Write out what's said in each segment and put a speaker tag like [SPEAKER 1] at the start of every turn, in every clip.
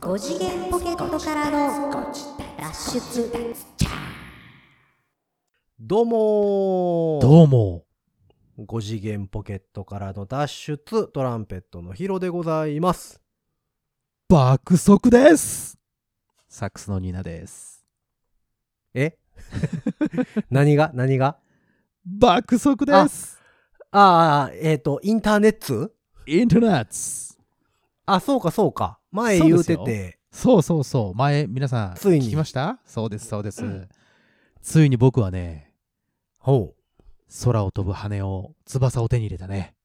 [SPEAKER 1] 5次元ポケットからの脱出
[SPEAKER 2] どうもー
[SPEAKER 3] どうも。
[SPEAKER 2] 5次元ポケットからの脱出トランペットのヒロでございます
[SPEAKER 3] 爆速です。サックスのニーナです。
[SPEAKER 2] え 何が何が
[SPEAKER 3] 爆速です。
[SPEAKER 2] ああえっ、とインターネット
[SPEAKER 3] インターネット。
[SPEAKER 2] あそうかそうか前
[SPEAKER 3] そう
[SPEAKER 2] 言
[SPEAKER 3] で
[SPEAKER 2] う
[SPEAKER 3] す
[SPEAKER 2] て
[SPEAKER 3] よ
[SPEAKER 2] て
[SPEAKER 3] そうそうそう。前、皆さん、
[SPEAKER 2] ついに
[SPEAKER 3] 聞きましたそうです、そうです。ついに僕はね、
[SPEAKER 2] ほう
[SPEAKER 3] 空を飛ぶ羽を、翼を手に入れたね。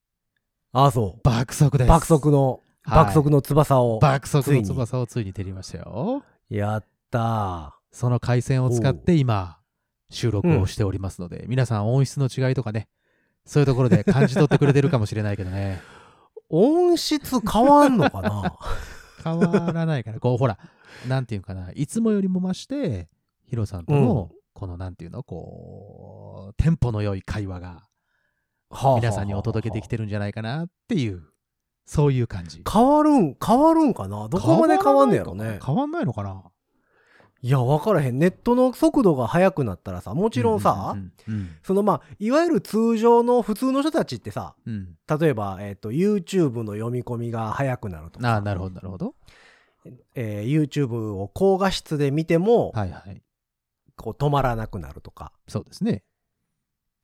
[SPEAKER 2] ああそう
[SPEAKER 3] 爆速です。
[SPEAKER 2] 爆速の、
[SPEAKER 3] はい
[SPEAKER 2] 爆速の翼を
[SPEAKER 3] 爆速
[SPEAKER 2] つい
[SPEAKER 3] の
[SPEAKER 2] に
[SPEAKER 3] 翼をついに手に入れましたよ。
[SPEAKER 2] やった
[SPEAKER 3] その回線を使って
[SPEAKER 2] お
[SPEAKER 3] 今、収録をしておりますので、皆さん音質の違いとかね、そういうところで感じ取ってくれてるかもしれないけどね。
[SPEAKER 2] ー音質変わんのかな
[SPEAKER 3] 変わらないから、こう、ほら、なんていうかな、いつもよりも増して、ヒロさんとの、この、なんていうの、こう、テンポの良い会話が、
[SPEAKER 2] はあ
[SPEAKER 3] 皆さんにお届けできてるんじゃないかなっていう、そういう感じ。
[SPEAKER 2] 変わるん変わるんかなどこまで変わんねやろね
[SPEAKER 3] 変わんないのかなも
[SPEAKER 2] いや分からへんネットの速度が速くなったらさもちろんさ、、
[SPEAKER 3] うんうん
[SPEAKER 2] そのまあいわゆる通常の普通の人たちってさ
[SPEAKER 3] うん。
[SPEAKER 2] 例えば、えっと YouTube の読み込みが早くなると
[SPEAKER 3] うん
[SPEAKER 2] か、
[SPEAKER 3] ああ、なるほど、なるほど。
[SPEAKER 2] えー YouTube を高画質で見ても、
[SPEAKER 3] はいはい。
[SPEAKER 2] こう止まらなくなるとか
[SPEAKER 3] そうですね。
[SPEAKER 2] っ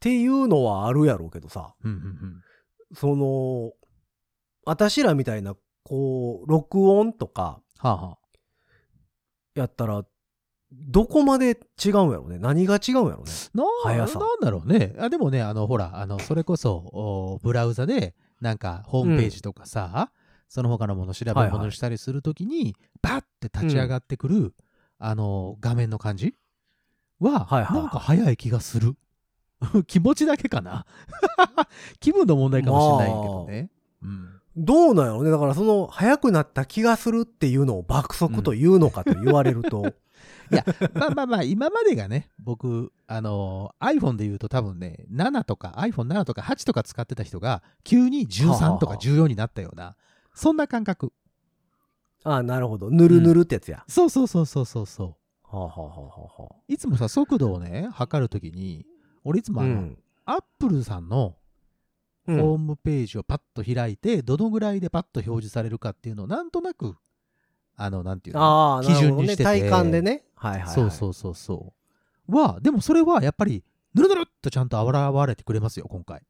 [SPEAKER 2] ていうのはあるやろうけどさ
[SPEAKER 3] うんうん
[SPEAKER 2] その私らみたいなこう録音とか
[SPEAKER 3] うん。はあは
[SPEAKER 2] やったらどこまで違うんやろうね何が違うんやろうね
[SPEAKER 3] あ。な
[SPEAKER 2] 速さ
[SPEAKER 3] なんだろうね。あでもね、あの、ほら、あの、それこそ、おブラウザで、なんか、ホームページとかさ、その他のもの調べ
[SPEAKER 2] はいはい
[SPEAKER 3] 物したりするときに、バッて立ち上がってくる、あの、画面の感じは、
[SPEAKER 2] はいはい
[SPEAKER 3] なんか早い気がする。 気持ちだけかな。 気分の問題かもしれないけどね。うん
[SPEAKER 2] どうなんやろうねだからその速くなった気がするっていうのを爆速というのかと言われると、
[SPEAKER 3] いや、 まあまあまあ、今までがね、僕、あのー iPhone で言うと多分ね、7とか iPhone7 とか8とか使ってた人が、急に13とか14になったような、そんな感覚。
[SPEAKER 2] ああなるほどぬるぬるってやつや、
[SPEAKER 3] そうそうそうそうそうそ
[SPEAKER 2] はあ、はあはあはあはあ、
[SPEAKER 3] う。いつもさ、速度をね、測るときに、俺いつもあの、アップルさんの
[SPEAKER 2] うん
[SPEAKER 3] ホームページをパッと開いて、どのぐらいでパッと表示されるかっていうのを、なんとなく、あの、なんていうの
[SPEAKER 2] ああ
[SPEAKER 3] 基準にしてて
[SPEAKER 2] なるほどね体感でねはいはい、はい、
[SPEAKER 3] そうそうそうそう。は、でもそれはやっぱり、ぬるぬるっとちゃんと現れてくれますよ、今回。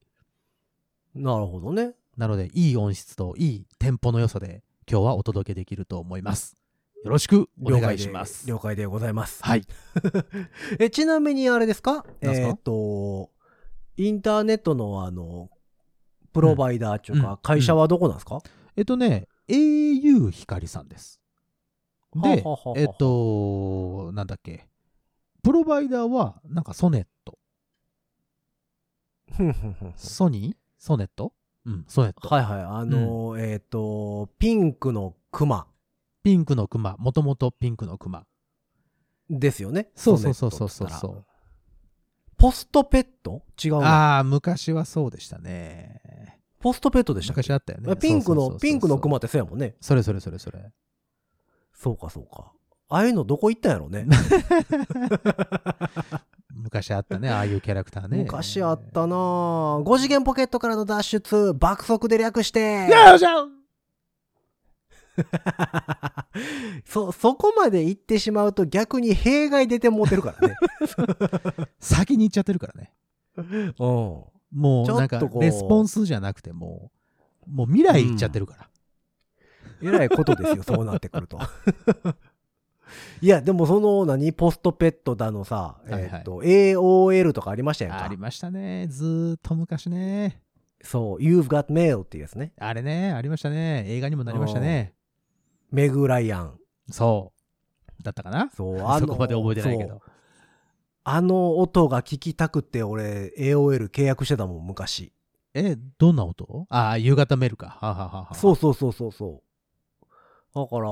[SPEAKER 2] なるほどね
[SPEAKER 3] なので、いい音質といいテンポの良さで、今日はお届けできると思います。よろしくお
[SPEAKER 2] 了
[SPEAKER 3] 願
[SPEAKER 2] 解
[SPEAKER 3] い
[SPEAKER 2] で
[SPEAKER 3] します。
[SPEAKER 2] 了解でございます
[SPEAKER 3] はい。
[SPEAKER 2] えちなみにあれですか
[SPEAKER 3] なんすか
[SPEAKER 2] えっ、とインターネットのあのプロバイダーっていうか、
[SPEAKER 3] うん
[SPEAKER 2] 会社はどこなんですか、
[SPEAKER 3] えっとね、au 光さんです。
[SPEAKER 2] はあは
[SPEAKER 3] で
[SPEAKER 2] あはあは、あ
[SPEAKER 3] えっと、なんだっけ、プロバイダーは、なんかソネット。
[SPEAKER 2] ふんふんふんふん
[SPEAKER 3] ソニーソネットうん、ソネット。
[SPEAKER 2] はいはいあの、えっ、とピンクのクマ
[SPEAKER 3] ピンクのクマ、もともとピンクのクマ。
[SPEAKER 2] ですよね
[SPEAKER 3] そうそうそうそうそ
[SPEAKER 2] ソ
[SPEAKER 3] う
[SPEAKER 2] ネットって言ったら
[SPEAKER 3] そう。
[SPEAKER 2] ポストペット違うな
[SPEAKER 3] ああ、昔はそうでしたね。
[SPEAKER 2] ポストペットでしたっけ
[SPEAKER 3] 昔あったよね。
[SPEAKER 2] ピンク
[SPEAKER 3] そうそうそうそ
[SPEAKER 2] の
[SPEAKER 3] う
[SPEAKER 2] ピンクのク。マってそうやもんね
[SPEAKER 3] それそれそれそれ。
[SPEAKER 2] そうかそうかああいうのどこ行ったんやろうね
[SPEAKER 3] 昔あったね、ああいうキャラクターね。
[SPEAKER 2] 昔あったなぁ5次元ポケットからの脱出爆速で略して
[SPEAKER 3] よっしゃ
[SPEAKER 2] そそこまで行ってしまうと逆に弊害出てもうてるから ね
[SPEAKER 3] 先に行っちゃってるからね。
[SPEAKER 2] うん
[SPEAKER 3] も
[SPEAKER 2] ち
[SPEAKER 3] う
[SPEAKER 2] ょ
[SPEAKER 3] な
[SPEAKER 2] っ
[SPEAKER 3] んか
[SPEAKER 2] とこう
[SPEAKER 3] レスポンスじゃなくてもう、もう未来行っちゃってるから。
[SPEAKER 2] えらいことです よそうなってくるといやでもその何ポストペットだのさ、
[SPEAKER 3] はいはい
[SPEAKER 2] えっと AOL とかありましたやん
[SPEAKER 3] あ
[SPEAKER 2] か
[SPEAKER 3] りましたね。ずーっと昔ね。
[SPEAKER 2] そう You've got mail っていうやつね
[SPEAKER 3] あれね、ありましたね。映画にもなりましたね。
[SPEAKER 2] メグライアン
[SPEAKER 3] そう。だったかな
[SPEAKER 2] そうあの
[SPEAKER 3] そこまで覚えてないけ
[SPEAKER 2] そう
[SPEAKER 3] ど。
[SPEAKER 2] あの音が聞きたくて俺 AOL 契約してたもん昔
[SPEAKER 3] え、どんな音ああ、夕方メールか。はあはあはあはあ
[SPEAKER 2] そうそうそうそうそう。だから、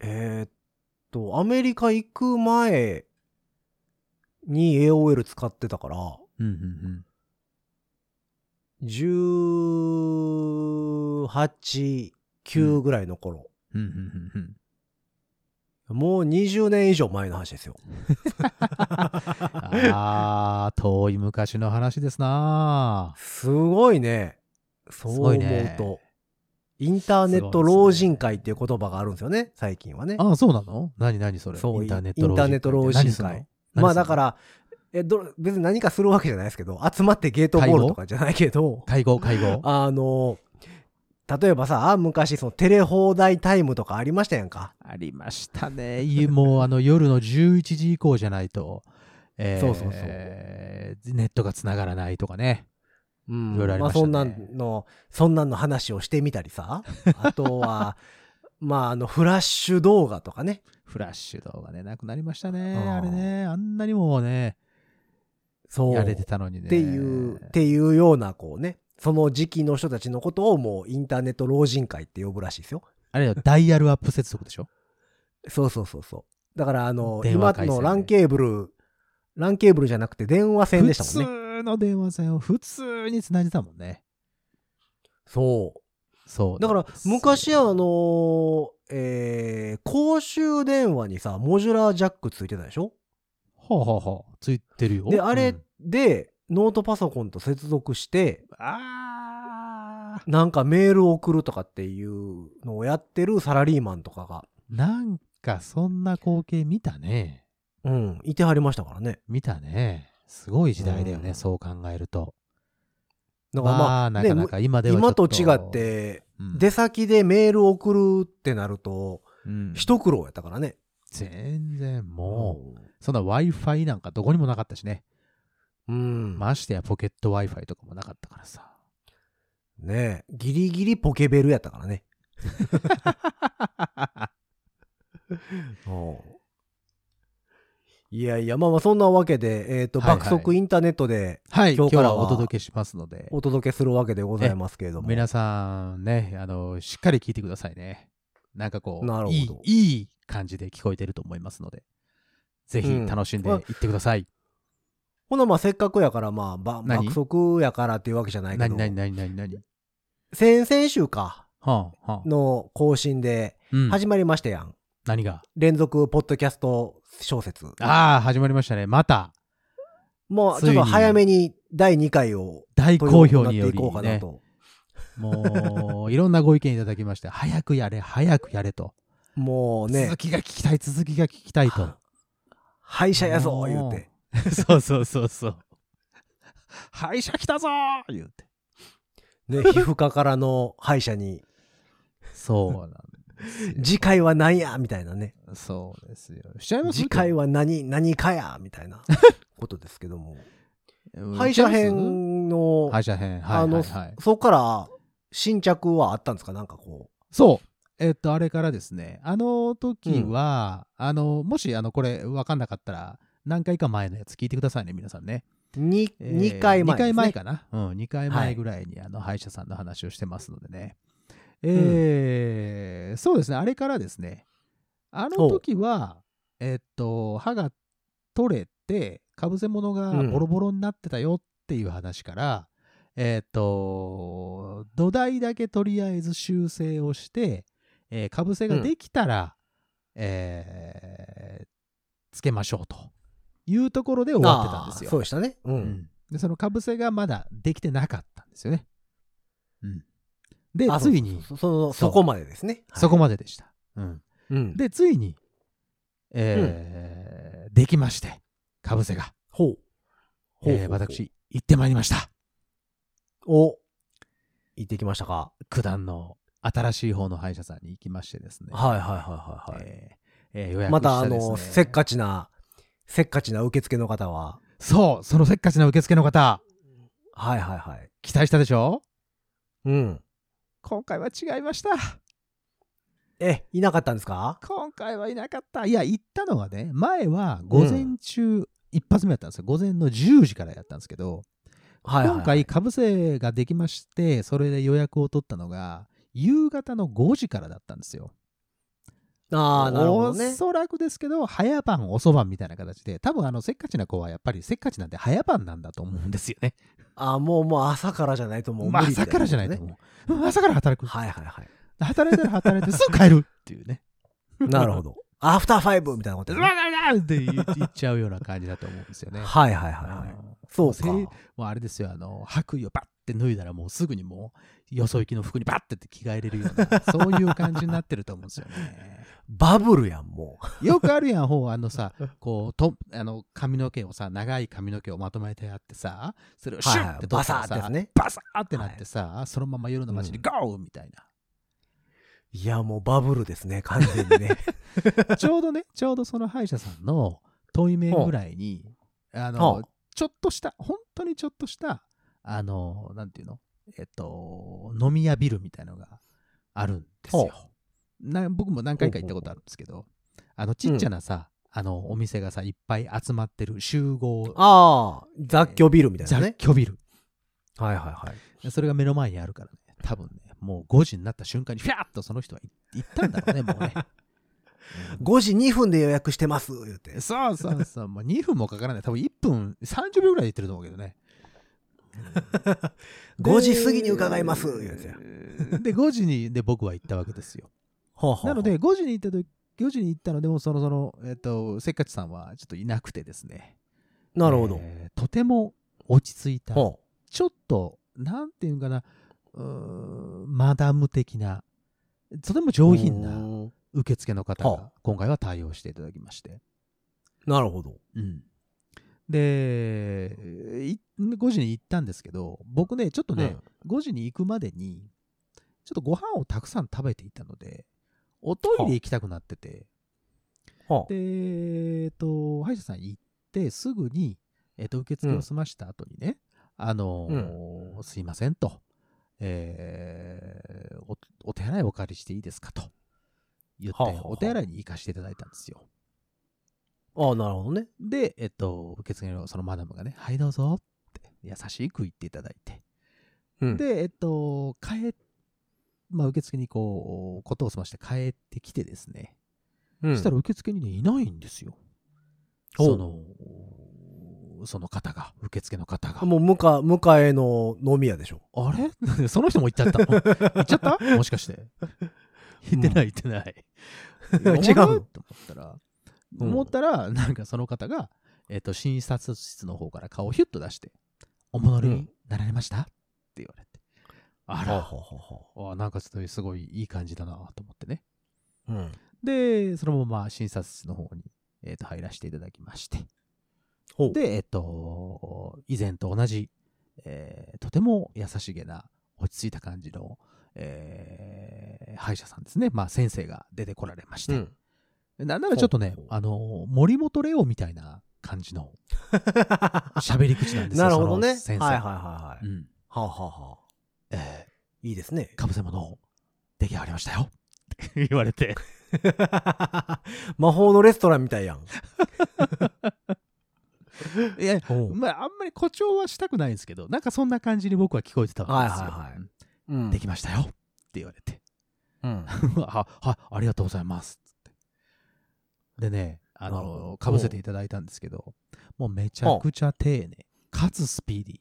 [SPEAKER 2] えーっと、アメリカ行く前に AOL 使ってたから、
[SPEAKER 3] うんうんうん。
[SPEAKER 2] 18、9ぐらいの頃、
[SPEAKER 3] ううんうんうんうん
[SPEAKER 2] もう20年以上前の話ですよ。
[SPEAKER 3] あー、遠い昔の話ですな
[SPEAKER 2] すごいね。そう思うと。
[SPEAKER 3] すごいね
[SPEAKER 2] インターネット老人会っていう言葉があるんですよね、最近はね。
[SPEAKER 3] ああ、そうなの何何それ
[SPEAKER 2] そう
[SPEAKER 3] インターネッ
[SPEAKER 2] インターネッ
[SPEAKER 3] ト
[SPEAKER 2] ト
[SPEAKER 3] 老
[SPEAKER 2] 老
[SPEAKER 3] 人
[SPEAKER 2] 人
[SPEAKER 3] 会って
[SPEAKER 2] 会
[SPEAKER 3] 何すんの。
[SPEAKER 2] まあ
[SPEAKER 3] 何すんの
[SPEAKER 2] だから、えど別に何かするわけじゃないですけど、集まってゲートボールとかじゃないけど、
[SPEAKER 3] 会合、会合。
[SPEAKER 2] あの、例えばさ、あ昔そのテレ放題タイムとかありましたやんか。
[SPEAKER 3] ありましたね。いもうあの夜の11時以降じゃないと、えー
[SPEAKER 2] そうそうそう
[SPEAKER 3] ネットが繋がらないとかね。
[SPEAKER 2] うん
[SPEAKER 3] いろいろあり
[SPEAKER 2] ま
[SPEAKER 3] ま
[SPEAKER 2] あ
[SPEAKER 3] した
[SPEAKER 2] そ
[SPEAKER 3] ね
[SPEAKER 2] んなんの、そんなんの話をしてみたり さ、あとは、まああのフラッシュ動画とかね。
[SPEAKER 3] フラッシュ動画ね、なくなりましたね。
[SPEAKER 2] うん
[SPEAKER 3] あれね、あんなにもうね、
[SPEAKER 2] そう。
[SPEAKER 3] やれてたのにね。
[SPEAKER 2] っていう、っていうような、こうね、その時期の人たちのことをもうインターネット老人会って呼ぶらしいですよ。
[SPEAKER 3] あれよ、ダイヤルアップ接続でしょ
[SPEAKER 2] そうそうそうそう。だから、あの、
[SPEAKER 3] 電
[SPEAKER 2] 今
[SPEAKER 3] 話回線ね
[SPEAKER 2] のランケーブル、ランケーブルじゃなくて電話線でしたもんね。
[SPEAKER 3] 普通の電話線を普通に繋いでたもんね。
[SPEAKER 2] そう。
[SPEAKER 3] そう。
[SPEAKER 2] だから、昔はあ、のーえー公衆電話にさ、モジュラージャックついてたでしょ
[SPEAKER 3] ほうほうほう、ついてるよ。
[SPEAKER 2] で、あ
[SPEAKER 3] う
[SPEAKER 2] れ
[SPEAKER 3] ん
[SPEAKER 2] で、ノートパソコンと接続して、
[SPEAKER 3] あー
[SPEAKER 2] なんかメールを送るとかっていうのをやってるサラリーマンとかが、
[SPEAKER 3] なんかそんな光景見たね。
[SPEAKER 2] うん、いてはりましたからね。
[SPEAKER 3] 見たね。すごい時代だよね、
[SPEAKER 2] うん
[SPEAKER 3] そう考えると。
[SPEAKER 2] だからま
[SPEAKER 3] ま
[SPEAKER 2] あ、
[SPEAKER 3] あ、な
[SPEAKER 2] ね
[SPEAKER 3] かなか今ではちょ
[SPEAKER 2] 今
[SPEAKER 3] っと
[SPEAKER 2] と違っ、て、
[SPEAKER 3] うん
[SPEAKER 2] 出先でメール送るってなると、
[SPEAKER 3] うん
[SPEAKER 2] 一苦労やったからね。
[SPEAKER 3] 全然も
[SPEAKER 2] も
[SPEAKER 3] う、そんな Wi-Fi なんかどこにもなかったしね。
[SPEAKER 2] う。うん。
[SPEAKER 3] ましてやポケット Wi-Fi とかもなかったからさ。
[SPEAKER 2] ねえギリギリポケベルやった からね。おういやいや、まあまあ、そんなわけで、えっ、と、
[SPEAKER 3] はいはい
[SPEAKER 2] 爆速インターネットで
[SPEAKER 3] はい、今
[SPEAKER 2] 今日
[SPEAKER 3] 日
[SPEAKER 2] からは
[SPEAKER 3] はお届けしますので、
[SPEAKER 2] お届けするわけでございますけれども。
[SPEAKER 3] 皆さんね、あの、しっかり聞いてくださいね。なんかこ
[SPEAKER 2] なるほ
[SPEAKER 3] う、
[SPEAKER 2] ど
[SPEAKER 3] いい、いい感じで聞こえてると思いますので、ぜひ楽しんでいってください。
[SPEAKER 2] ほな、まあ、せっかくやから、まあ、ば
[SPEAKER 3] 何
[SPEAKER 2] 爆速やからっていうわけじゃないけ
[SPEAKER 3] 何
[SPEAKER 2] ど、
[SPEAKER 3] 何何何何
[SPEAKER 2] 先々週か、
[SPEAKER 3] はあ、はあ。
[SPEAKER 2] の更新で、
[SPEAKER 3] うん、
[SPEAKER 2] 始まりましたやん。
[SPEAKER 3] 何が
[SPEAKER 2] 連続ポッドキャスト小説。
[SPEAKER 3] ああ、始まりましたね。また、
[SPEAKER 2] もう、
[SPEAKER 3] つ
[SPEAKER 2] ち
[SPEAKER 3] い
[SPEAKER 2] ょ
[SPEAKER 3] に
[SPEAKER 2] っと早めに第2回を、
[SPEAKER 3] 大
[SPEAKER 2] と
[SPEAKER 3] 好
[SPEAKER 2] いうこ
[SPEAKER 3] 評
[SPEAKER 2] とに
[SPEAKER 3] によ
[SPEAKER 2] なって
[SPEAKER 3] り
[SPEAKER 2] いこうかな
[SPEAKER 3] ね、
[SPEAKER 2] と。
[SPEAKER 3] もう、いろんなご意見いただきまして、 早くやれ、早くやれと。
[SPEAKER 2] もうね
[SPEAKER 3] 続、きが聞きたい、続きが聞きたいと
[SPEAKER 2] は。歯医者やぞ言うて。
[SPEAKER 3] そうそうそうそう。歯医者来たぞー言うて。
[SPEAKER 2] ね、 皮膚科からの歯医者に、
[SPEAKER 3] そうなんです
[SPEAKER 2] 次回は何やみたいなね。
[SPEAKER 3] よ。そうですよ。しちゃいます
[SPEAKER 2] 次回は何、何かやみたいなことですけど も。歯医者。編の、
[SPEAKER 3] 歯医者編。はい
[SPEAKER 2] あ
[SPEAKER 3] は
[SPEAKER 2] の
[SPEAKER 3] い、はい、。
[SPEAKER 2] そっから、新着はあったんですかなんかこ
[SPEAKER 3] そう。えっと、あれからですね、あの時は、あの、もし、あの、これ、分かんなかったら、何回か前のやつ聞いてくださいね、皆さんね。
[SPEAKER 2] う、に
[SPEAKER 3] えー
[SPEAKER 2] 二回前で
[SPEAKER 3] 二
[SPEAKER 2] す、ね。
[SPEAKER 3] 回前かな。うん、2回
[SPEAKER 2] は
[SPEAKER 3] 前
[SPEAKER 2] い
[SPEAKER 3] ぐらいに、あの、歯医者さんの話をしてますのでね。えーそうですね、あれからですね、あの時は、えっと、歯が取れて、かぶせ物が
[SPEAKER 2] うん
[SPEAKER 3] ボロボロになってたよっていう話から、えっと、土台だけとりあえず修正をして、えー、かぶせができたら、えーつけましょうというところで終わってたんです
[SPEAKER 2] あ
[SPEAKER 3] よ
[SPEAKER 2] ー。そうでしたね。う。
[SPEAKER 3] うんんでそのかぶせがまだできてなかったんですよね。うん、で
[SPEAKER 2] あ
[SPEAKER 3] ついに
[SPEAKER 2] そうそうそうその
[SPEAKER 3] そう
[SPEAKER 2] そこまでですね。
[SPEAKER 3] そこまででした。うん、
[SPEAKER 2] うん。
[SPEAKER 3] でついに、えーできましてかぶせが、
[SPEAKER 2] ほう。ほう
[SPEAKER 3] えー私行ってまいりました。
[SPEAKER 2] お、行ってきましたか。
[SPEAKER 3] 九段の新しい方の歯医者さんに行きましてですね。
[SPEAKER 2] はいはいはいはいはい。
[SPEAKER 3] えーえー予約
[SPEAKER 2] ま
[SPEAKER 3] した
[SPEAKER 2] あ
[SPEAKER 3] ですね
[SPEAKER 2] の、せっかちな、せっかちな受付の方は、
[SPEAKER 3] そうそのせっかちな受付の方
[SPEAKER 2] はいはいはい。
[SPEAKER 3] 期待したでしょ
[SPEAKER 2] うん。
[SPEAKER 3] 今回は違いました。
[SPEAKER 2] え、いなかったんですか
[SPEAKER 3] 今回はいなかったいや行ったのはね前は午前中、一発目やったんですよ午前の10時からやったんですけど、
[SPEAKER 2] はいはい。
[SPEAKER 3] 今回かぶせができましてそれで予約を取ったのが夕方の5時からだったんですよ
[SPEAKER 2] ああ、なるほど
[SPEAKER 3] お
[SPEAKER 2] ね。
[SPEAKER 3] そらくですけど早晩遅晩みたいな形で多分あのせっかちな子はやっぱりせっかちなんで早晩なんだと思うんですよね
[SPEAKER 2] あーもうもう朝からじゃないともう無
[SPEAKER 3] まあ
[SPEAKER 2] 理みた
[SPEAKER 3] 朝
[SPEAKER 2] い
[SPEAKER 3] からじゃないと思う、うん朝から働く
[SPEAKER 2] はいはいはい。
[SPEAKER 3] 働いたら働いてすぐ帰るっていう ね。
[SPEAKER 2] なるほど。アフターファイブみたいなこと
[SPEAKER 3] う
[SPEAKER 2] や
[SPEAKER 3] わ
[SPEAKER 2] ね、
[SPEAKER 3] うわうわ って言っちゃうような感じだと思うんですよね。
[SPEAKER 2] はいはいはいはい。そうか。
[SPEAKER 3] ももうあれですよ、あの、白衣をバッて脱いだらもうすぐにもう、よそ行きの服にバッてって着替えれるよ うな、そういう感じになってると思うんですよね。
[SPEAKER 2] バブルやん、も
[SPEAKER 3] よくあるやん、ほう、あのさ、こう、と、あの、髪の毛をさ、長い髪の毛をまとめてあってさ、それを
[SPEAKER 2] う。
[SPEAKER 3] シュッて取
[SPEAKER 2] バ
[SPEAKER 3] った
[SPEAKER 2] サー
[SPEAKER 3] ら
[SPEAKER 2] っ
[SPEAKER 3] さ、
[SPEAKER 2] てやつね。
[SPEAKER 3] バサーってなってさ、そのまま夜の街にゴーみたいな。
[SPEAKER 2] いや、もうバブルですね、完全にね。
[SPEAKER 3] ちょうどね、ちょうどその歯医者さんの問い目ぐらいに、あ
[SPEAKER 2] ほう
[SPEAKER 3] の、ちょっとした、本当にちょっとした、あの、なんていうのえっと、飲み屋ビルみたいのがあるんです
[SPEAKER 2] ほ
[SPEAKER 3] よ。な僕も何回か行ったことあるんですけど、あの、ちっちゃなさ、あの、お店がさ、いっぱい集まってる集合
[SPEAKER 2] ああ、雑居ビルみたいな
[SPEAKER 3] 雑
[SPEAKER 2] ね。
[SPEAKER 3] 居ビル。
[SPEAKER 2] はいはいはい。
[SPEAKER 3] それが目の前にあるからね、多分ね、もう5時になった瞬間に、フィャーっとその人は行ったんだろうね、もうね。うん
[SPEAKER 2] 5時2分で予約してます、言って。
[SPEAKER 3] そうそうそう。もう2分もかからない。多分1分30秒ぐらいで言ってると思うけ どね。
[SPEAKER 2] 5時過ぎに伺います言うんですよ
[SPEAKER 3] で、5時に、で、僕は行ったわけですよ。
[SPEAKER 2] ほうほうほう
[SPEAKER 3] なので、5時に行ったと5時に行ったのでも、その、その、えっ、と、せっかちさんはちょっといなくてですね。
[SPEAKER 2] なるほど。
[SPEAKER 3] えーとても落ち着いた、
[SPEAKER 2] ほ
[SPEAKER 3] ちょっと、なんていうんかな、うーんマダム的な、とても
[SPEAKER 2] う
[SPEAKER 3] 上品
[SPEAKER 2] う
[SPEAKER 3] なん受付の方
[SPEAKER 2] は
[SPEAKER 3] が、今回は対応していただきまして。
[SPEAKER 2] なるほど。
[SPEAKER 3] うん、でい5時に行ったんですけど僕ねちょっとね、5時に行くまでにちょっとご飯をたくさん食べていたのでおトイレ行きたくなってて
[SPEAKER 2] ほう
[SPEAKER 3] でえっと歯医者さん行ってすぐに、えっと受付を済ました後にね、あのーすいませんと、えーおお手洗いお借りしていいですかと言って
[SPEAKER 2] はあはあ
[SPEAKER 3] お手洗いに行かせていただいたんですよ
[SPEAKER 2] ああ、なるほどね。
[SPEAKER 3] で、えっと、受付のそのマダムがね、はいどうぞって優しく言っていただいて。
[SPEAKER 2] うん
[SPEAKER 3] で、えっと、帰っ、まあ受付にこう、ことを済まして帰ってきてですね。
[SPEAKER 2] うん
[SPEAKER 3] そしたら受付にね、いないんですよ。
[SPEAKER 2] ほう
[SPEAKER 3] その、その方が、受付の方が。
[SPEAKER 2] もう向か、向かえの飲み屋でしょ。
[SPEAKER 3] あれ その人も行っちゃったの行っちゃったもしかして。行ってない行って
[SPEAKER 2] ん
[SPEAKER 3] ない。
[SPEAKER 2] 違うの
[SPEAKER 3] と思ったら、
[SPEAKER 2] うん
[SPEAKER 3] 思ったら、なんかその方が、えっ、と、診察室の方から顔をヒュッと出して、お戻りになられました、って言われて。あ
[SPEAKER 2] ほう
[SPEAKER 3] ら、
[SPEAKER 2] ほうほうほ
[SPEAKER 3] あなんかちょっとすごいいい感じだなと思ってね。
[SPEAKER 2] う。うん。
[SPEAKER 3] で、そのまま診察室の方に、えっと入らせていただきまして。
[SPEAKER 2] ほう。
[SPEAKER 3] で、えっと、以前と同じ、えーとても優しげな、落ち着いた感じの、えー歯医者さんですね。まあ、先生が出てこられまし
[SPEAKER 2] う
[SPEAKER 3] て。
[SPEAKER 2] ん。
[SPEAKER 3] なんならちょっとね
[SPEAKER 2] ほう、
[SPEAKER 3] あの、森本レオみたいな感じの喋り口なんですよ。
[SPEAKER 2] なるほどね。は
[SPEAKER 3] そ
[SPEAKER 2] い
[SPEAKER 3] の先生。
[SPEAKER 2] はいはいはい。
[SPEAKER 3] うん。
[SPEAKER 2] はあ、はあはあ、
[SPEAKER 3] え
[SPEAKER 2] いいですね
[SPEAKER 3] ー、。かぶせ物、出来上がりましたよ。って言われて。
[SPEAKER 2] 魔法のレストランみたいやん。
[SPEAKER 3] いや、
[SPEAKER 2] ほう
[SPEAKER 3] まあ、あんまり誇張はしたくないんですけど、なんかそんな感じに僕は聞こえてたわけですよ。
[SPEAKER 2] はいはいはい
[SPEAKER 3] うん
[SPEAKER 2] うん
[SPEAKER 3] できましたよ。って言われて。
[SPEAKER 2] うん。
[SPEAKER 3] は、は、ありがとうございます。つってでね、あ
[SPEAKER 2] なるほど
[SPEAKER 3] の、かぶせていただいたんですけど、もうめちゃくちゃ丁寧、かつスピーディ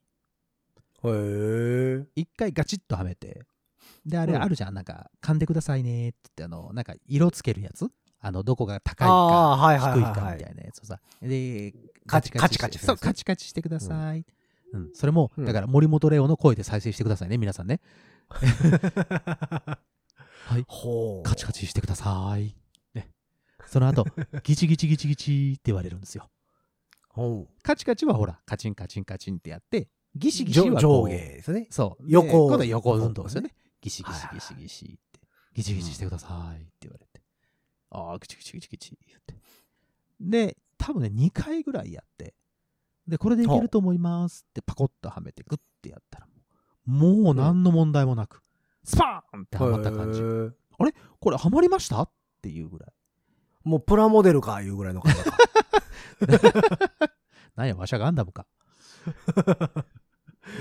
[SPEAKER 2] へ
[SPEAKER 3] ー。
[SPEAKER 2] え。
[SPEAKER 3] 一回ガチッとはめて、で、あれ
[SPEAKER 2] うん
[SPEAKER 3] あるじゃん、なんか、噛んでくださいねって言って、あの、なんか、色つけるやつあの、どこが高い
[SPEAKER 2] ああ
[SPEAKER 3] か、
[SPEAKER 2] ー、はい
[SPEAKER 3] 低い
[SPEAKER 2] はいはい
[SPEAKER 3] か
[SPEAKER 2] は
[SPEAKER 3] みた
[SPEAKER 2] い。
[SPEAKER 3] いなやつをさ、で、
[SPEAKER 2] カチ
[SPEAKER 3] して
[SPEAKER 2] カチカチする
[SPEAKER 3] そ
[SPEAKER 2] や
[SPEAKER 3] う、
[SPEAKER 2] つ
[SPEAKER 3] カ
[SPEAKER 2] ね
[SPEAKER 3] チカチしてください。うん、それも、
[SPEAKER 2] うん
[SPEAKER 3] だから森本レオの声で再生してくださいね、皆さんね。 はい。
[SPEAKER 2] ほう。
[SPEAKER 3] カチカチしてください。ね。そ の後、ギチギチギチギチって言われるんですよ。
[SPEAKER 2] ほう。
[SPEAKER 3] カチカチはほら、カチンカチンカチンってやって、ギシギシ
[SPEAKER 2] 上上
[SPEAKER 3] はこう
[SPEAKER 2] 下ですね。
[SPEAKER 3] そう。で
[SPEAKER 2] 横
[SPEAKER 3] 今度は横運動ですよね。ギシギ
[SPEAKER 2] はい
[SPEAKER 3] シ
[SPEAKER 2] はい
[SPEAKER 3] ギシギシって。ギチギチしてくださいって言われて。ああ、ギチギチギチギチって。で、多分ね、2回ぐらいやって。で、これでいけると思いますってパコッとはめて、グッてやったらもう、もう何の問題もなく、スパーンってはまった感じ
[SPEAKER 2] へ。ー
[SPEAKER 3] これはまりましたっていうぐらい。
[SPEAKER 2] もうプラモデルかいうぐらいの感じか。
[SPEAKER 3] なんや、わしゃガンダ ムか。